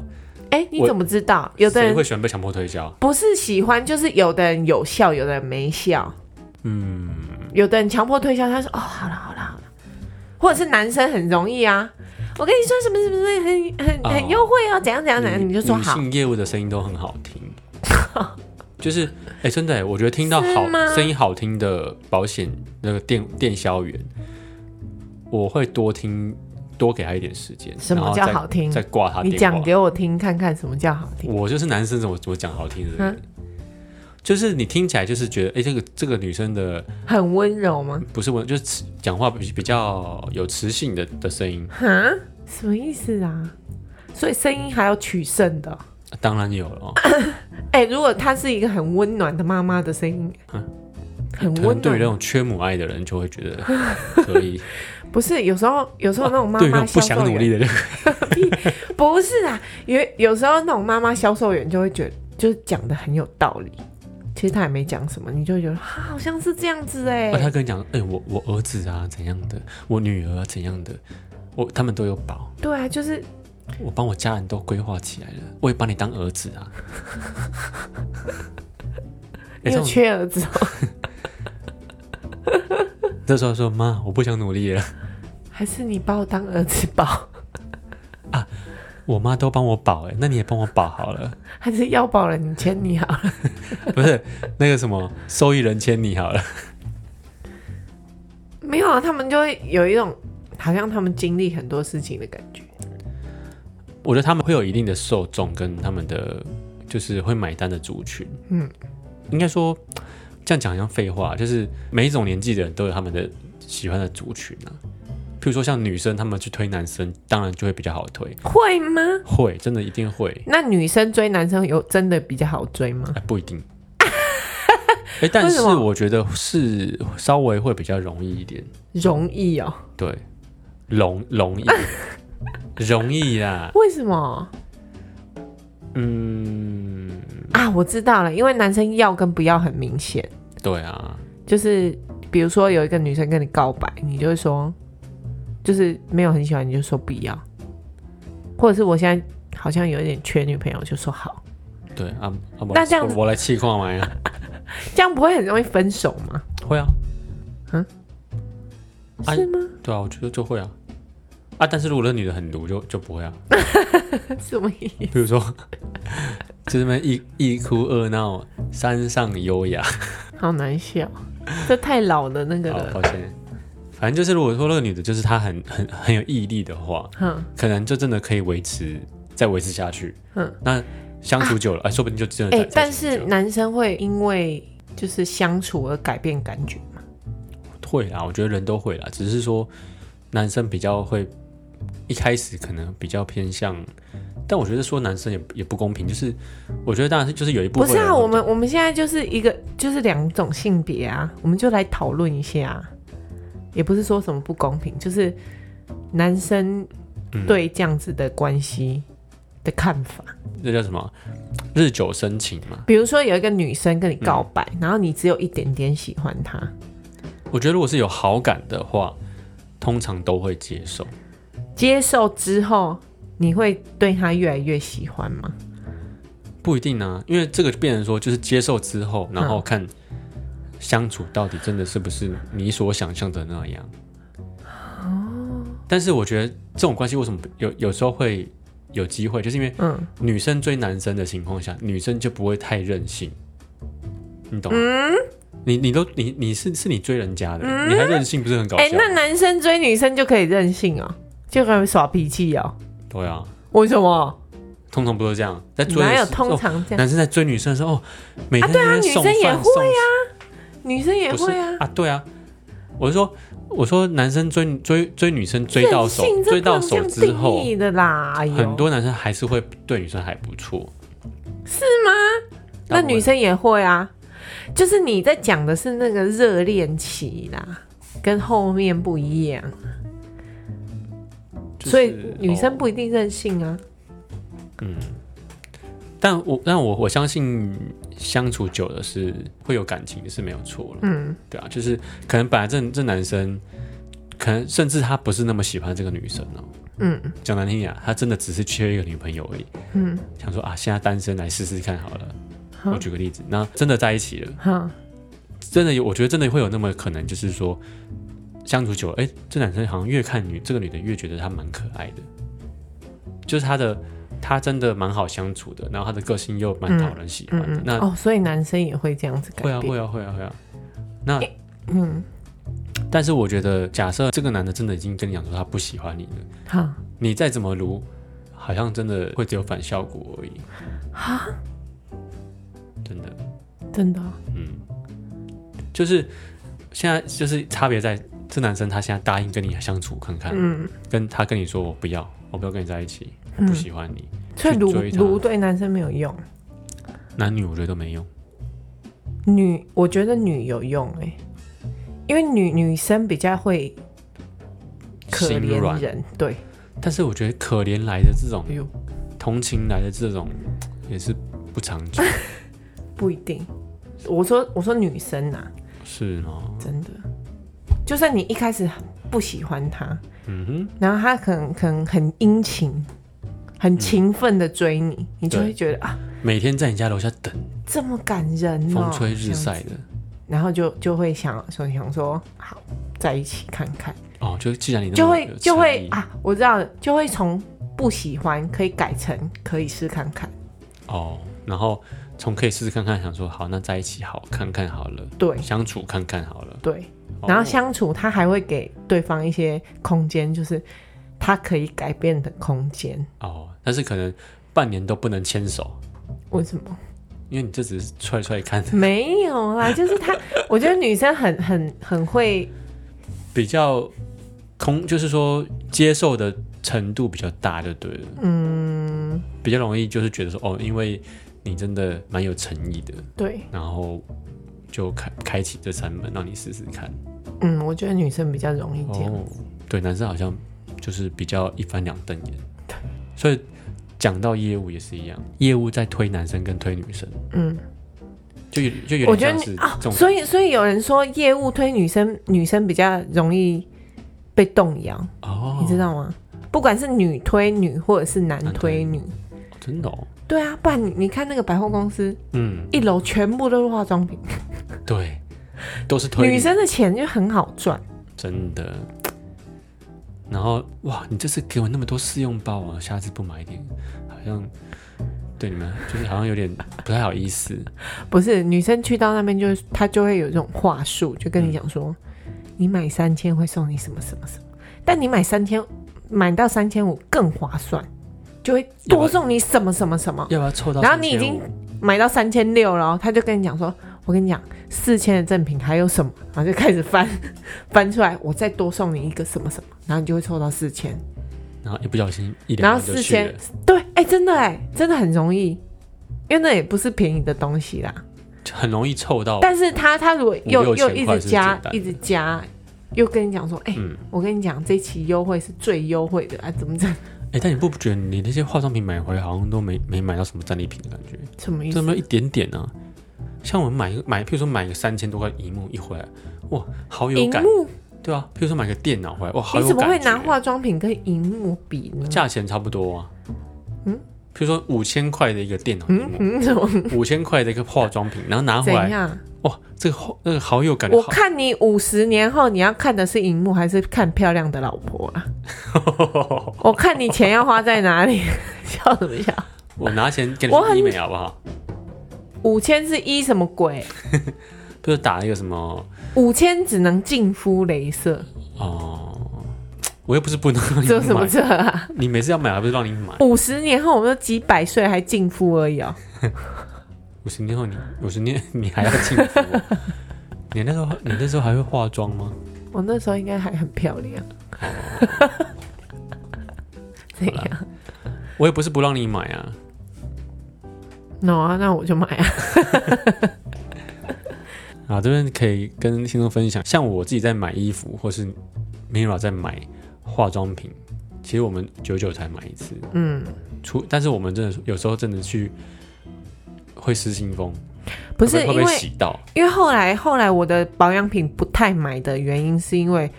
哎、你
我
怎么知道？有的
谁会
人
喜欢被强迫推销？
不是喜欢，就是有的人有效，有的人没效。嗯，有的人强迫推销，他说哦，好了好了好了，或者是男生很容易啊，我跟你说什么什么什么很
哦
很很优惠哦，怎样怎样怎样，
女
你就说
女
好。
性业务的声音都很好听， 就是哎、诶真的耶，我觉得听到好
是吗
声音好听的保险那个电电销员，我会多听多给他一点时间。
什么
然后
叫
再
好听
再挂他
你
电话哦
讲。给我听看看什么叫好听。
我就是男生，怎么怎么讲好听的人？
嗯
就是你听起来就是觉得，哎、这个这个女生的
很温柔吗？
不是温，就是磁讲话比比较有磁性的的声音，
哈，什么意思啊？所以声音还有取胜的哦、
当然有了、 哦。
哎、如果她是一个很温暖的妈妈的声音，很
啊可
温
能对于那
暖。
种缺母爱的人，就会觉 得可以；
不是，有时候有时候那种妈
对于那
妈
种不
销售
想努
员
力的人，
不是啊，有有时候那种妈妈销售员就会觉得，就是讲的很有道理，其实他也没讲什么，你就会觉得啊，好像是这样子哎、
啊，他跟你讲，哎、我我儿子啊怎样的，我女儿啊怎样的，我他们都有保，
对啊，就是
我帮我家人都规划起来了，我也把你当儿子 啊。哎
你
这
有
种
缺儿子哦，
这时候说妈，我不想努力了，
还是你把我当儿子保，
我妈都帮我保、哎，那你也帮我保好了，
还是要保了你签你好了？
不是那个什么受益人签你好了，
没有啊，他们就会有一种好像他们经历很多事情的感觉。
我觉得他们会有一定的受众跟他们的就是会买单的族群，嗯，应该说这样讲好像废话，就是每一种年纪的人都有他们的喜欢的族群啊。譬如说像女生，他们去推男生，当然就会比较好推，
会吗？
会真的一定会，
那女生追男生有真的比较好追吗？
哎不一 定。哎、但
为
是
什么
我觉得是稍微会比较容易一点，
容易哦，
对，容 容易容易啦，
为什么
嗯，
啊？我知道了，因为男生要跟不要很明显。
对啊，
就是比如说有一个女生跟你告白，你就会说，就是没有很喜欢，你就说不要，或者是我现在好像有一点缺女朋友，就说好，
对啊，啊不
那这样子
我我来气矿嘛 呀，
这样不会很容易分手吗？
会啊，啊
是吗？
对啊，我觉得就会啊，啊，但是如果那女的很毒，就就不 会啊。
什么意思？
比如说，就这么一一哭二闹，山上优雅。
好难笑，这太老的那个
好，
了。
抱歉。反正就是，如果说那个女的，就是她很很很有毅力的话，
哼，
可能就真的可以维持，再维持下去。
嗯，
那相处久了，哎、说不定就真的
哎、
在。
但
在一起
是
久了
男生会因为就是相处而改变感觉吗？
会啦，我觉得人都会啦，只是说男生比较会一开始可能比较偏向，但我觉得说男生也也不公平，就是我觉得当然是就是有一部
不
分
是
人
啊，
会
我们我们现在就是一个就是两种性别啊，我们就来讨论一下啊，也不是说什么不公平，就是男生
嗯，，
对这样子的关系的看法。
那叫什么？日久生情嘛。
比如说有一个女生跟你告白，
嗯
然后你只有一点点喜欢她，
我觉得如果是有好感的话，通常都会接受。
接受之后，你会对她越来越喜欢吗？
不一定啊，因为这个就变成说，就是接受之后，
嗯
然后看相处到底真的是不是你所想象的那样。
哦
但是我觉得这种关系为什么有有时候会有机会，就是因为
嗯
女生追男生的情况下，女生就不会太任性，你懂吗？
嗯，
你你都你你是是你追人家的，你还任性，不是很搞
哎、
笑？
那男生追女生就可以任性哦、就可以耍脾气哦、
对啊，
为什么？
通常不都这样，在追
哪
的
有
时
通
候哦
常这样？
男生在追女生的时候，哦，每天对啊
女生也会
啊，
女生也
不是
会啊，
啊，对啊，我是说，我说男生追追追女生追到手
任性，这
追到
不能这
手
样
之后
定，义的啦，哎呦
很多男生还是会对女生还不错。
那女生也会啊，就是你在讲的是那个热恋期啦，跟后面不一样，
就是
所以女生
哦
不一定任性啊。
但我但我我相信相处久了是会有感情是没有错了，
嗯，
对啊，就是可能本来这这男生，可能甚至他不是那么喜欢这个女生哦，
嗯，
讲难听点啊，他真的只是缺一个女朋友而已，
嗯，
想说啊，现在单身来试试看好了。
好
我举个例子，那真的在一起了，
哈，
真的有，我觉得真的会有那么可能，就是说相处久了，哎、这男生好像越看女这个女的越觉得她蛮可爱的，就是她的她真的蛮好相处的，然后她的个性又蛮讨人喜欢
嗯
的。
嗯，
那、
哦，所以男生也会这样子改
会啊
变，
会啊会啊会啊。那
嗯，
但是我觉得，假设这个男的真的已经跟你讲说他不喜欢你了，
哈，
你再怎么撸，好像真的会只有反效果而已。
哈，
真的，
真的哦、
嗯，就是现在就是差别在这男生他现在答应跟你相处看看，
嗯，
跟他跟你说我不要，我不要跟你在一起，我不喜欢你，
所以
去
卢
追她
卢对男生没有用，
男女我觉得都没用。
女我觉得女有用哎、因为女女生比较会可
心
怜
软
人，对，
但是我觉得可怜来的这种
哎呦，
同情来的这种也是不长 久，
不一定。我说我说女生啊呐、
是哦，
真的，就算你一开始不喜欢他，
嗯哼，
然后他可能可能很殷勤、很勤奋的追你，
嗯
你就会觉得啊，
每天在你家楼下等，
这么感人、哦，
风吹日
这样
晒
子，
的。
然后就就会想说想说好在一起看看，
哦，就既然你那
就
么
会
有
就会
诚意
啊，我知道了，就会从不喜欢可以改成可以试看看，
哦，然后从可以试试看看，想说好，那在一起好看看好了，
对
相处看看好了，
对，
哦
然后相处他还会给对方一些空间，就是他可以改变的空间，
哦，但是可能半年都不能牵手，
为什么？
因为你这只是踹踹看，
没有啦，就 是他，我觉得女生很很很会，
比较空，就是说接受的程度比较大就对了，
嗯，
比较容易就是觉得说哦，因为你真的蛮有诚意的，
对，
然后就开开启这扇门让你试试看。
嗯，我觉得女生比较容易这样。
哦，对，男生好像就是比较一翻两瞪眼，所以讲到业务也是一样，业务在推男生跟推女生，
嗯，
就有就有
我
点
觉
像
得你
是
啊
这，种
所以所以有人说业务推女生，女生比较容易被动摇，
哦，
你知道吗？不管是女推女或者是男
男
推
推
女，
真的、哦，
对啊，不然你你看那个百货公司
嗯，
一楼全部都是化妆品，
对，都是推
女生的钱就很好赚。
真的。然后哇，你这次给我那么多试用包啊，下次不买一点，好像对你们就是好像有点不太好意思。
不是女生去到那边就，她就会有这种话术，就跟你讲说，你买三千会送你什么什么什么，但你买三千，买到三千五更划算，就会多送你什么什么什 么。
要不要凑到3500？
然后你已经买到三千六了哦，她就跟你讲说，我跟你讲，四千的赠品还有什么，然后就开始翻 翻出来，我再多送你一个什么什么，然后你就会凑到四千。
然后一不小心一
然
两
后
万就
四
去
千
了，，
对，哎、真的哎、真的很容易，因为那也不是便宜的东西啦。
就很容易凑到。
但是他他如果又
五六千
又一
块
直
是
加
简单的
一直加，又跟你讲说，哎、
嗯
我跟你讲，这期优惠是最优惠的啊，怎么怎么
哎、但你不觉得你那些化妆品买回来好像都没没买到什么战利品的感觉？
什么意
这
思？
么一点点啊？像我们买一个买，譬如说买个三千多块荧幕一回来，哇，好有
荧
感，
幕？
对啊。譬如说买个电脑回来，哇，好
你
有
怎
感觉。
么会拿化妆品跟荧幕比呢？
价钱差不多啊？
嗯，
譬如说五千块的一个电脑荧
嗯
幕，
嗯，怎么
五千块的一个化妆品，然后拿回
怎
来，
样？
哇，这个好那个好有感觉，
我
好
看你五十年后你要看的是荧幕还是看漂亮的老婆啊？我看你钱要花在哪里？ 笑什么笑？
我拿钱给你
我很
医美好不好？
五千是一什么鬼？
不是打一个什么
五千只能净肤镭射，
哦、我又不是不能让你
这有什么
买，
这啊？
你每次要买还不是让你买？
五十年后我们都几百岁还净肤而已哦。
五十年后你五十年你还要进步 哦、你那时候你那时候还会化妆吗？
我那时候应该还很漂 亮。怎样？
我也不是不让你买啊，
no 啊，那我就买啊。
啊，这边可以跟听众分享，像我自己在买衣服，或是 Mira 在买化妆品，其实我们久久才买一次。
嗯，
除但是我们真的有时候真的去会失心疯，
不是
会会
因
被
为
洗到？
因为后来后来我的保养品不太买的原因，是因为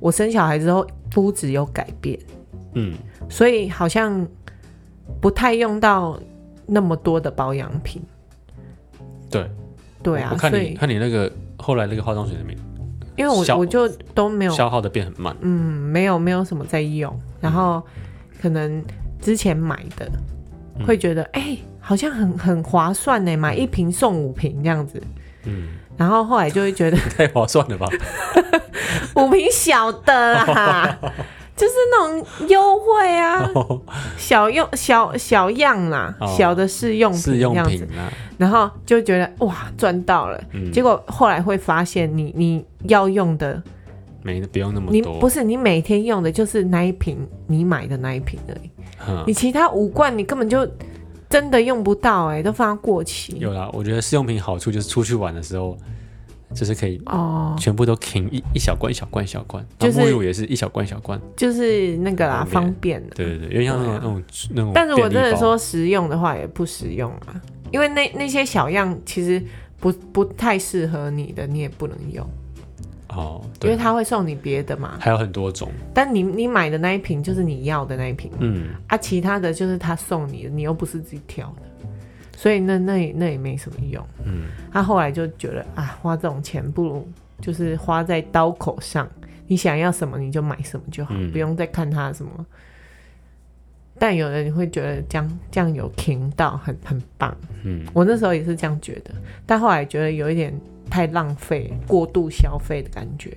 我生小孩之后肤质有改变，
嗯，
所以好像不太用到那么多的保养品。
对
对啊
我，看
所
你
以
看你那个后来那个化妆水里面
因为我
消
我就都没有
消耗的变很慢，
嗯，没有没有什么在用，然后可能之前买的
嗯
会觉得哎、好像很很划算呢，买一瓶送五瓶这样子，
嗯，
然后后来就会觉得
太划算了吧？
五瓶小的 啦，就是那种优惠啊，小用小小样啦，
哦
小的试用
试
品这
用
样子，
品啊，
然后就觉得哇赚到了，
嗯，
结果后来会发现你你要用的，
没不用那么
你不
多，
是你每天用的就是那一瓶你买的那一瓶而已。
嗯
你，其他五罐你根本就真的用不到、哎，都放到过期
有啦。我觉得试用品好处就是出去玩的时候，就是可以
哦，
全部都停一一小罐一小罐一小罐，
就
然
是
后沐浴乳也是一小罐一小罐，
就是那个啦，
方
方便的。
对对对，因为像那种、
对啊
那种那种，
但是我真的，说实用的话，也不实用啊，因为那那些小样其实不不太适合你的，你也不能用，
哦，
因
对，
为他会送你别的嘛。
还有很多种，
但你你买的那一瓶就是你要的那一瓶
嗯，
啊，其他的就是他送你的，你又不是自己挑的。所以那那也那也没什么用，
嗯，
他、后来就觉得啊，花这种钱不如就是花在刀口上，你想要什么你就买什么就好，
嗯
不用再看它什么。但有人会觉得这样这样有听到很很棒，
嗯，
我那时候也是这样觉得，但后来觉得有一点太浪费、过度消费的感觉。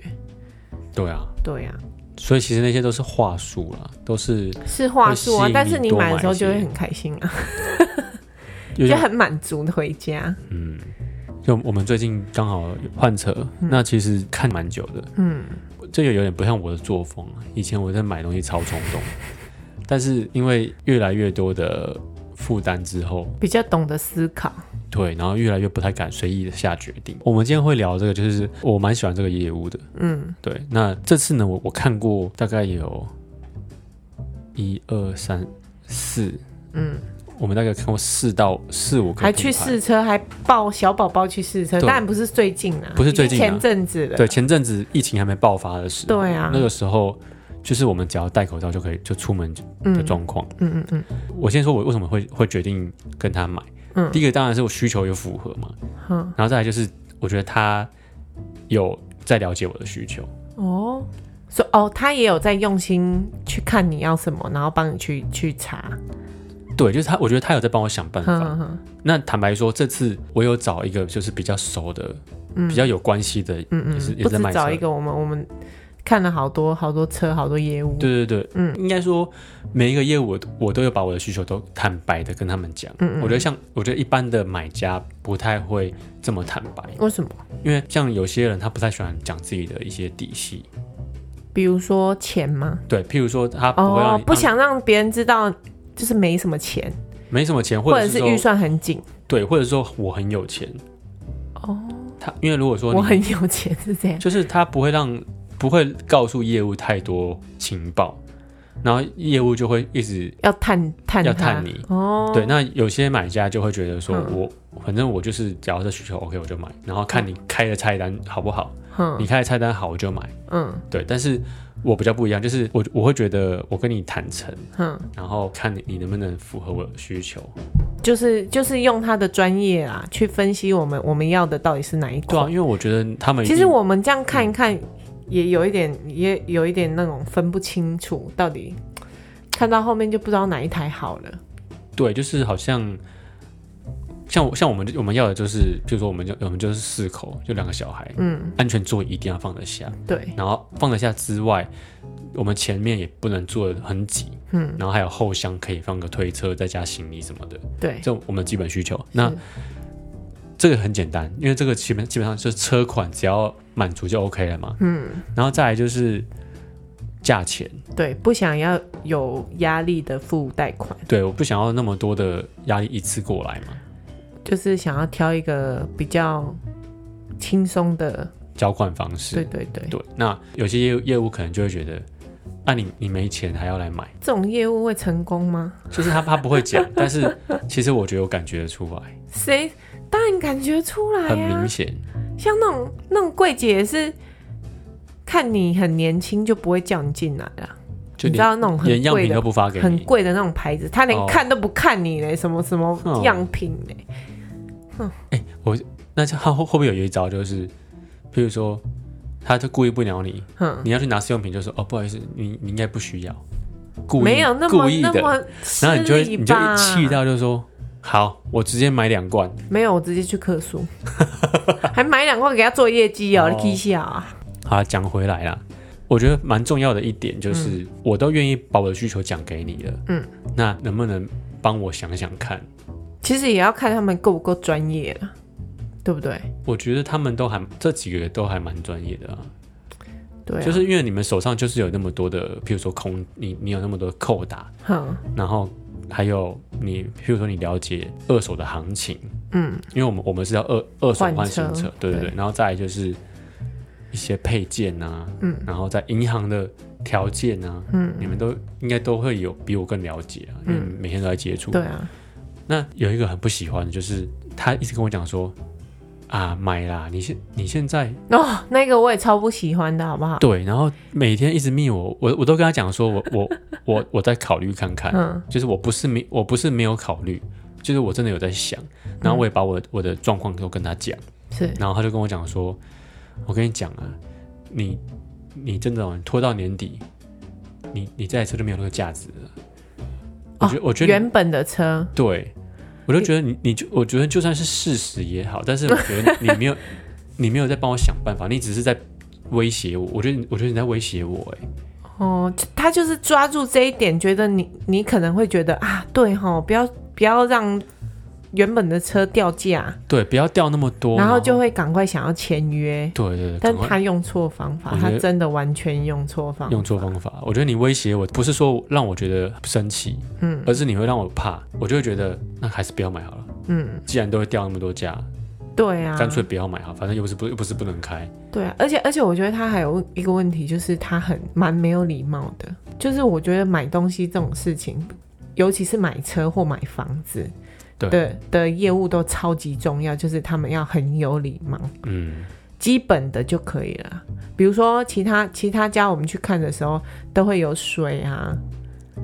对啊，
对啊，
所以其实那些都是话术啦，都是
是话
会
术
吸
啊
引，
但是
你
你
多
买的
买
时候
一
就会
些
很开心啊，
有
就
点
很满足的回家。
嗯，就我们最近刚好换车，那其实看蛮久的，
嗯，
这个有点不像我的作风啊。以前我在买东西超冲动，但是因为越来越多的负担之后，
比较懂得思考。
对，然后越来越不太敢随意的下决定。我们今天会聊这个，就是我蛮喜欢这个业务的。
嗯，
对，那这次呢，我我看过大概有一二三四，
嗯，
我们大概看过四到四五个，
还去试。车，还抱小宝宝去试车，
对
当然不是最近啊，
不是最近啊
已经前阵子了。
对，前阵子疫情还没爆发的时候，
对啊
那个时候就是我们只要戴口罩就可以就出门的
嗯
状况。
嗯嗯嗯
我先说，我为什么会会决定跟他买。
嗯
第一个当然是我需求有符合嘛，
嗯，
然后再来就是我觉得他有在了解我的需求。
哦，所以哦，他也有在用心去看你要什么，然后帮你去去查。
对，就是他，我觉得他有在帮我想办法。
嗯嗯
那坦白说，这次我有找一个就是比较熟的、比较有关系的，
嗯
也是
嗯，
也
不
是在
止
卖车
找一个，我们我们看了好多好多车，好多业务。
对对对，
嗯
应该说每一个业务我都我都有把我的需求都坦白的跟他们讲。
嗯嗯
我觉得像我觉得一般的买家不太会这么坦白，
为什么？
因为像有些人他不太喜欢讲自己的一些底细。
比如说钱吗？
对，譬如说他不会让
哦
你、，
不想让别人知道，就是没什么钱，
啊没什么钱，
或
或者
是
说
预算很紧。
对，或者说我很有钱。
哦，
他因为如果说你
我很有钱是这样。
就是他不会让不会告诉业务太多情报，然后业务就会一直
要探探
要
他
探你
哦，
对，那有些买家就会觉得说
嗯
我，反正我就是，只要这需求 OK 我就买，然后看你开的菜单好不好，
嗯
你开的菜单好我就买。
嗯
对，但是我比较不一样，就是我我会觉得我跟你坦诚，
嗯，
然后看你你能不能符合我的需求。
就是就是用他的专业啊去分析我们我们要的到底是哪一
对啊，
款。
因为我觉得他们一
其
定嗯
实我们这样看一看，也有一点也有一点那种分不清楚，到底看到后面就不知道哪一台好了。
对，就是好像像我像我们我们要的就是，比如说我们就我们就是四口，就两个小孩，
嗯，
安全座椅一定要放得下，
对，
然后放得下之外，我们前面也不能坐得很挤，
嗯
然后还有后箱可以放个推车，再加行李什么的，
对，
这我们的基本需求。那这个很简单，因为这个基本基本上就是车款只要满足就 OK 了嘛。
嗯，
然后再来就是价钱，
对，不想要有压力的付贷款，
对，我不想要那么多的压力一次过来嘛，
就是想要挑一个比较轻松的。
交换方式。
对对对，
对，那有些业务业务可能就会觉得，啊你你没钱还要来买，
这种业务会成功吗？
就是他他不会 讲，但是其实我觉得我感觉得出来，
谁当然感觉出来啊
很
呀、
明显。
像那种那种柜姐也是，看你很年轻就不会叫你进来啦。
就
你
连
知道那种
连
很
样
贵
品都
的、
不发给
很
你，
贵的那种牌子，他连
哦
看都不看你嘞，什么什么
哦
样品嘞，
那就他会会不会有一招就是，比如说他就故意不鸟你，
哼，
你要去拿试用品就说哦不好意思，你你应该不需要，故意
没有那
哦故
么
意
那
的，
么
然后
吃
你就会
力
你就
吧？
一气到就说好，我直接买两罐，
没有，我直接去 客诉，还买两块给他做业绩哦，
哦
你气笑啊！
好啦，讲回来啦，我觉得蛮重要的一点就是，我都愿意把我的需求讲给你了，
嗯，
那能不能帮我想想看？
其实也要看他们够不够专业了，对不对？
我觉得他们都还这几个都还蛮专业的啊，
对啊、
就是因为你们手上就是有那么多的，譬如说空，你你有那么多扣打，
哼，
然后还有你，譬如说你了解二手的行情，
嗯，
因为我们我们是要二二手换
换
新
车
车，对对对，
对
然后再来就是一些配件啊，
嗯，
然后在银行的条件啊，嗯，你们都应该都会有比我更了解啊，因为每天都在接触。
嗯对，啊，
那有一个很不喜欢的就是他一直跟我讲说啊买啦，你现你现在
哦，那个我也超不喜欢的，好不好？
对，然后每天一直密我，我我都跟他讲说我我我我在考虑看看，
嗯
就是我不是没我不是没有考虑，就是我真的有在想，然后我也把我的我的状况都跟他讲。
是，
然后他就跟我讲说：“我跟你讲啊，你你真的哦、你拖到年底，你你这台车就没有那个价值了。我觉得，我觉得你
原本的车，
对，我就觉得你你就我觉得就算是事实也好，但是我觉得你没 有你没有在帮我想办法，你只是在威胁我。我觉得你我觉得你在威胁我、哎，
哦，就他就是抓住这一点，觉得你你可能会觉得啊，对哈，不要不要让原本的车掉价，
对，不要掉那么多，
然后就会赶快想要签约，
对哦对对，
但
赶快
他用错方法
我，觉
他
得
真的完全用错方法，
用错方法。我觉得你威胁我，不是说让我觉得生气，
嗯
而是你会让我怕，我就会觉得那还是不要买好了。
嗯，
既然都会掉那么多价，
对啊，
干脆不要买好，反正又不是不又不是不能开。
对啊，而且而且我觉得他还有一个问题，就是他很蛮没有礼貌的，就是我觉得买东西这种事情，尤其是买车或买房子。
对
的的业务都超级重要，就是他们要很有礼貌。
嗯，
基本的就可以了。比如说其他其他家我们去看的时候，都会有水啊，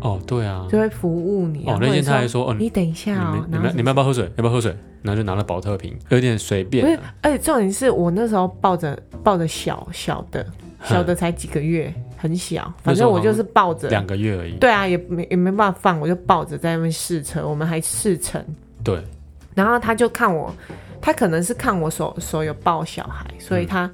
哦，对啊，
就会服务你、啊。
哦，那
或者
天他还说，哦，你
你等一下哦
们、你
然后
们你们要不要喝水？要不要喝水？然后就拿了保特瓶，有点随
不
便
是
啊、，
而且重点是我那时候抱着抱着小小的
嗯
小的才几个月，很小，反正我就是抱着。
两个月而已。
对啊，也没也没办法放，我就抱着在那边试车，我们还试乘，
对，
然后他就看我，他可能是看我手手有抱小孩，所
嗯
以他、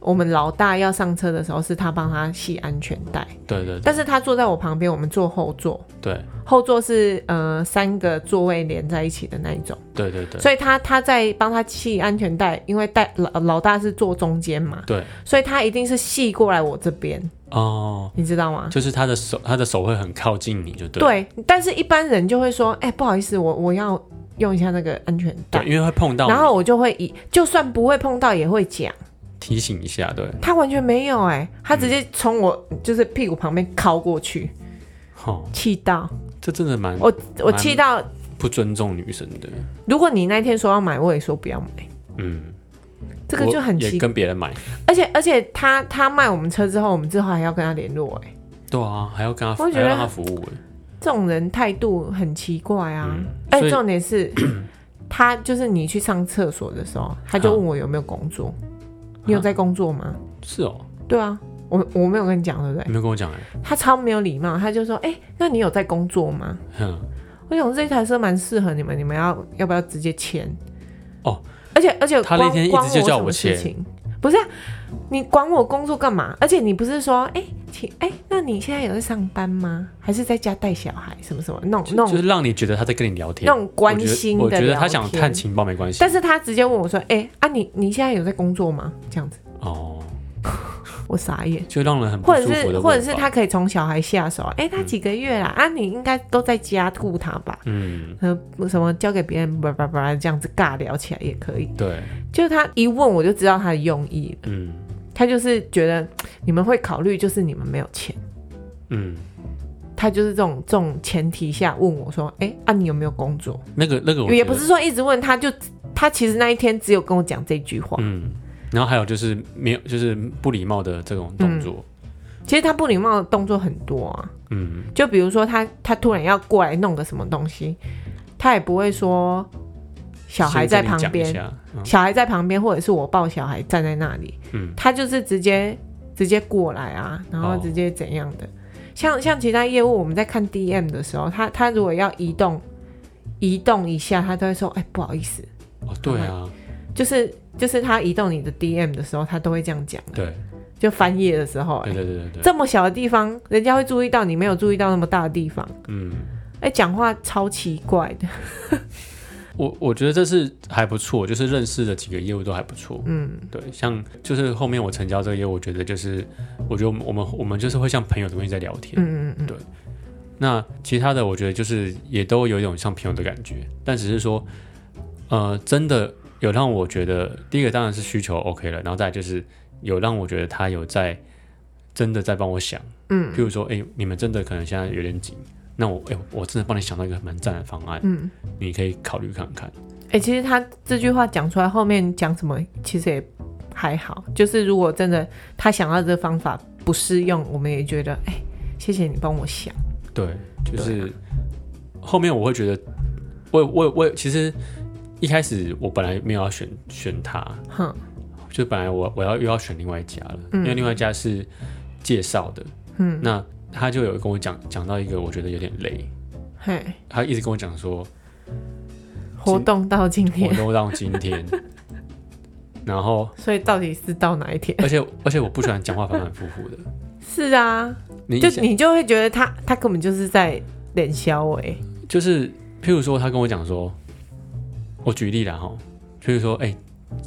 我们老大要上车的时候是他帮他系安全带，
对对对
但是他坐在我旁边，我们坐后座，
对
后座是呃三个座位连在一起的那一种，
对对对
所以他他在帮他系安全带，因为带老老大是坐中间嘛，
对，
所以他一定是系过来我这边，
哦，
你知道吗？
就是他的手，他的手会很靠近你，就对。
对，但是一般人就会说，哎、不好意思，我我要用一下那个安全带
对，，因为会碰到你。
然后我就会以就算不会碰到也会讲，
提醒一下，对，
他完全没有哎、他
嗯
直接从我就是屁股旁边靠过去，
哦，
气到
这真的蛮
我我
蛮
气到。
不尊重女生的，
如果你那天说要买，我也说不要买，
嗯，
这个就
我
很
也
奇。
跟别人买，
而且而且他他卖我们车之后，我们之后还要跟他联络哎、
对啊，还要跟他
我
还
觉得
要让他服务，哎
这种人态度很奇怪啊。
嗯
而
所
且
以
重点 是，他就是你去上厕所的时候，他就问我有没有工作，
啊
你有在工作吗？
是哦，
对啊，我我没有跟你讲，对不对？
你没有跟我讲哎，
他超没有礼貌，他就说：“哎、那你有在工作吗
哼，？”
我想这台车蛮适合你们，你们要要不要直接签？
哦，
而且而且
他
光
那天一直就叫
光
我
我什么
签
事情，不是、啊、你管我工作干嘛？而且你不是说，哎、请哎、那你现在有在上班吗？还是在家带小孩什么什么？弄
就
弄
就是让你觉得他在跟你聊天
那，种关心的
我觉得，我觉得他
聊
想
天
探情报没关系，
但是他直接问我说：“哎、啊你，你现在有在工作吗？”这样子，
哦，
我傻眼。
就让人很不
或者
舒服
是，
的，
或者是他，可以从小孩下手。哎、他几个月啦？啊，你应该都在家顾他吧？
嗯，
呃，什么交给别人，叭叭叭，这样子尬聊起来也可以。
对，
就是他一问我就知道他的用意了，
嗯
他就是觉得你们会考虑，就是你们没有钱。
嗯，
他就是这种这种前提下问我说：“哎、啊，你有没有工作
那个那个？”我
也
觉
不
得
是说一直问，他就他其实那一天只有跟我讲这句话。
嗯，然后还有就是没有，就是不礼貌的这种动作，
其实他不礼貌的动作很多啊，
嗯
就比如说他他突然要过来弄个什么东西，他也不会说小孩在旁
先跟你讲一
边，
下嗯
小孩在旁边，或者是我抱小孩站在那里，
嗯
他就是直接直接过来啊，然后
哦
直接怎样的。像像其他业务，我们在看 DM 的时候，他他如果要移动移动一下，他都会说：“哎、不好意思。
哦，对啊，”
嗯就是就是他移动你的 DM 的时候，他都会这样讲，
对
就翻页的时候、哎
对对对对对，
这么小的地方，人家会注意到你没有注意到那么大的地方。
嗯，
哎、讲话超奇怪的，
我我觉得这是还不错，就是认识的几个业务都还不错，
嗯，
对，像就是后面我成交这个业务，我觉得就是我觉得我们我们我们就是会像朋友的东西在聊天，
嗯嗯嗯，
那其他的我觉得就是也都有一种像朋友的感觉，但只是说，呃，真的有让我觉得，第一个当然是需求 OK 了，然后再来就是有让我觉得他有在真的在帮我想，嗯，譬如说，哎、你们真的可能现在有点紧，那我哎、我真的帮你想到一个蛮赞的方案，嗯，你可以考虑看看，
哎、其实他这句话讲出来，后面讲什么其实也还好，就是如果真的他想到这个方法不适用，我们也觉得哎、谢谢你帮我想，
对，就是、
对啊
后面我会觉得，我我我其实一开始我本来没有要选选他，
哼，
就本来我我要又要选另外一家了，因
嗯
为另外一家是介绍的，嗯，那他就有跟我讲讲到一个我觉得有点累，
嘿，
他一直跟我讲说
活动到今
活
天，
动到今天，然后
所以到底是到哪一天？
而且而且我不喜欢讲话反反复复的，
是啊，
你
就
想
你就会觉得他他根本就是在脸消哎、
就是譬如说他跟我讲说，我举例啦哈，譬如说哎、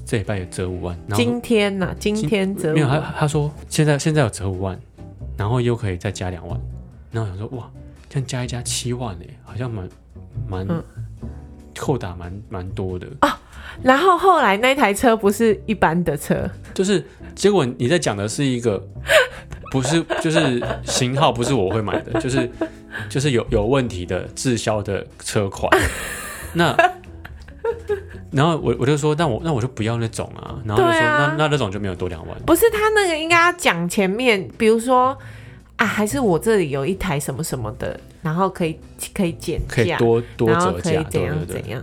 这礼拜有折五万，然后
今天呐、今天折
没有他
五，
他说现在现在有折五万，然后又可以再加两万，然后我想说哇，这样加一加七万哎、好像蛮蛮、
嗯啊
扣打蛮蛮多的，
然后后来那台车不是一般的车，
就是结果你在讲的是一个不是 就是型号不是我会买的，就是就是有有问题的滞销的车款， 那。然后我我就说，那我那我就不要那种啊。然后就说，
对啊
那那那种就没有多两万。
不是他那个应该要讲前面，比如说啊，还是我这里有一台什么什么的，然后可以可以减价，
可以多多
然后
折
可以
价，
怎
对
样
对对
怎，样。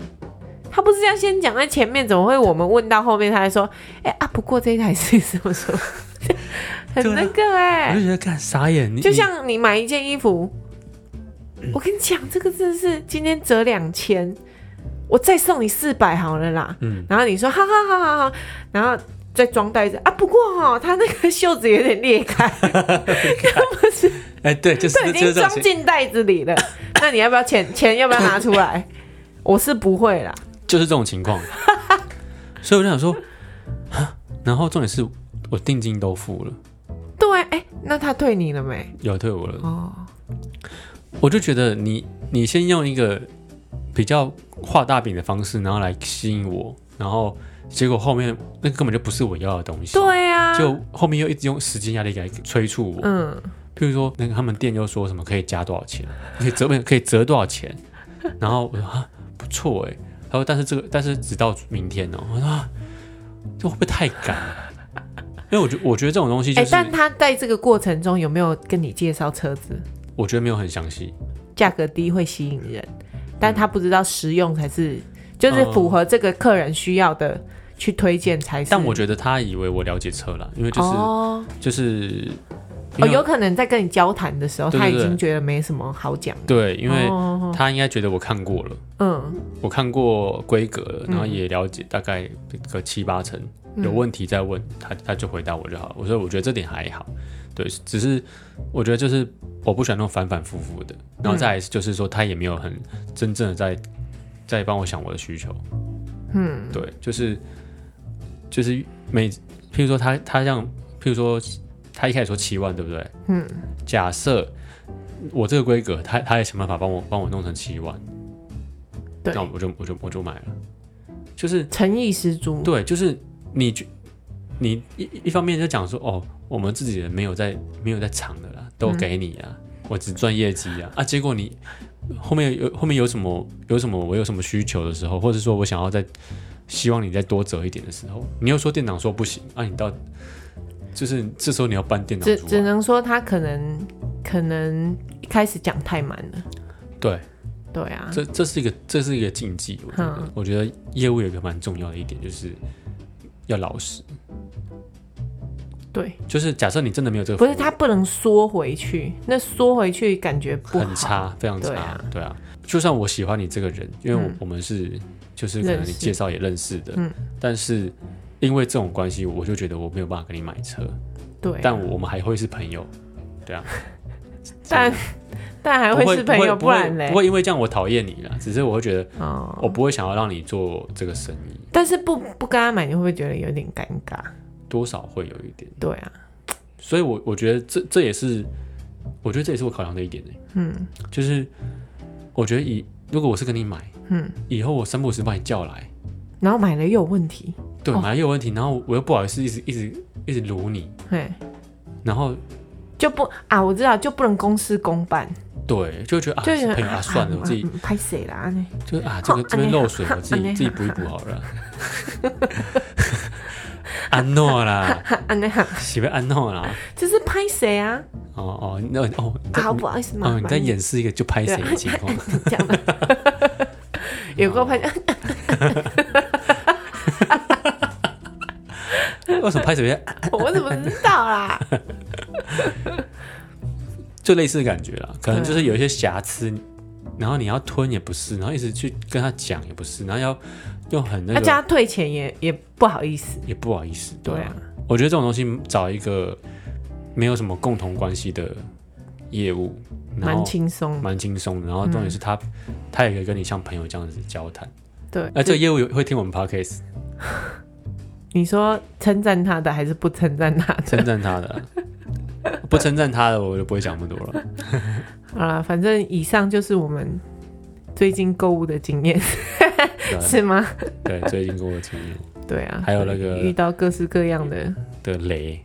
他不是这样先讲在前面，怎么会我们问到后面他还说，哎、啊，不过这一台是什么什么，很那个哎、
我就觉得干傻眼，你
就
你嗯
像你买一件衣服，我跟你讲，这个真的是今天折两千，我再送你四百好了啦。
嗯
然后你说好好好好好，然后再装袋子啊。不过哈、哦，他那个袖子有点 裂开，
哎、对，就是
都已
就是
经
这
装
种情，
进袋子里了。那你要不要钱？钱要不要拿出来？我是不会啦。
就是这种情 况。所以我就想说，啊然后重点是我定金都付了，
对，哎，那他退你了没？
有退我了，
哦，
我就觉得你你先用一个比较画大饼的方式，然后来吸引我，然后结果后面那根本就不是我要的东西，、
对啊，
就后面又一直用时间压力来催促我，
嗯，
譬如说那个他们店又说什么可以加多少钱， 可以折不是可以折多少钱，然后我说啊不错哎，他说但是这个但是只到明天哦，我说啊这会不会太赶了？因为我觉我觉得这种东西就
哎、
是，
但他在这个过程中有没有跟你介绍车子
我觉得没有很详细，
价格低会吸引人，但他不知道实用才是，就是
嗯
符合这个客人需要的去推荐才是。
但我觉得他以为我了解车了，因为就是、
哦
就是因
哦，
为
有可能在跟你交谈的时候，
对对
他已
对
经觉得没什么好讲的，
对，因为
哦
他应该觉得我看过了，
嗯
我看过规格了，然后也了解大概个七八成，
嗯
有问题再问他，他就回答我就好了。我说我觉得这点还好，对，只是我觉得就是我不喜欢那种反反复复的，然
嗯
后再来就是说他也没有很真正的在在帮我想我的需求，
嗯，
对，就是就是每譬如说他他像譬如说他一开始说七万对不对？
嗯，
假设我这个规格，他他也想办法帮我帮我弄成七万，
对
那，我就我就我就买了。就是
诚意十足。
对，就是你觉你一一方面就讲说哦，我们自己人没有在没有在藏的啦，
嗯
都给你啦，我只赚业绩啊啊，结果你后面有后面有什么有什么我有什么需求的时候，或者说我想要再希望你再多折一点的时候，你又说店长说不行啊，你到就是这时候你要啊搬店长
只
出
只
来，
能说他可能可能一开始讲太满了，
对，
对啊，
这这是一个这是一个禁忌，我觉得、
嗯
我觉得业务有一个蛮重要的一点就是要老实，
对，
就是假设你真的没有这个
不
服务，
是他不能缩回去，那缩回去感觉不好，
很差，非常差，
对
对
啊
啊，就算我喜欢你这个人，因为我
嗯
我们是、就是可能
认识
你介绍也认识的，
嗯
但是因为这种关系，我就觉得我没有办法跟你买车，
对啊、
但我们还会是朋友，对 啊，
但但还
不
会是朋友，
不
不然
会
嘞
不，会因为这样我讨厌你啦，只是我会觉得
哦，
我不会想要让你做这个生意，
但是不不跟他买，你会不会觉得有点尴尬？
多少会有一点，
对啊，
所以我我觉得这这也是我觉得这也是我考量的一点呢、欸
嗯
就是我觉得以如果我是跟你买，
嗯，
以后我三不五时把你叫来。
然后买了又有问题，
对，
哦
买了又有问题，然后我又不好意思一直一直一直撸你，
嘿，
然后
就不啊，我知道就不能公事公办，
对，就会觉得啊，
就有
是
人
朋友啊，算了，我自己
拍谁啦？ 啊你
就啊，这个这边
安内啊
漏水，我自
安内
己自己
啊
补一补好了。 安诺啦，
啊那样
喜欢安诺啦。
就是拍谁啊？
哦哦，那哦，你
啊
在
好不好意思嘛，
哦，你在演示一个就拍谁的情况？
这样的，有够
哦
拍，啊
为什么拍谁会
我怎么知道啦？
就类似的感觉啦？可能就是有一些瑕疵，
啊
然后你要吞也不是，然后一直去跟他讲也不是，然后要用很 那
他
个
叫他退钱也也不好意思，
也不好意思。
对啊，
我觉得这种东西找一个没有什么共同关系的业务，然
蛮
后
轻松嗯的，
蛮轻松的。然后重点是他，他也可以跟你像朋友这样子交谈。
对。
哎，这个业务有会听我们 podcast，
你说称赞他的还是不称赞他
称
的？
赞他的啊，不称赞他的我就不会讲那么多了。
好了，反正以上就是我们最近购物的经验，
对
是吗？
对，最近跟我经验
对啊，
还有那个
遇到各式各样的，
的雷，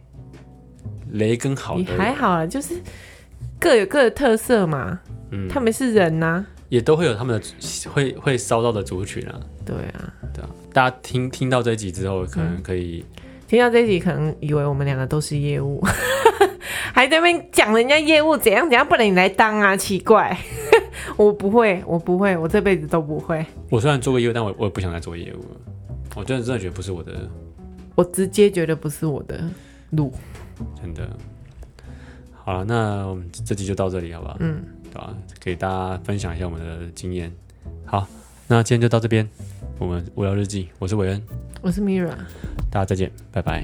雷跟好
也还
的，
好啦，就是各有各的特色嘛。
嗯，
他们是人啊呐、
也都会有他们的会会骚到的族群啊，
对啊。
对啊。大家听听到这一集之后，可能可以
听到这一集，可能以为我们两个都是业务， 还在那边讲人家业务怎样怎样，不能你来当啊，奇怪。 我不会，我不会，我这辈子都不会。
我虽然做过业务，但我我也不想再做业务了。我真的真的觉得不是我的，
我直接觉得不是我的路。
真的。好了，那我们这集就到这里，好不好？
嗯，
对吧？给大家分享一下我们的经验。好，那今天就到这边。我们无聊日记，我是韦恩，
我是 Mira。
大家再见，拜拜。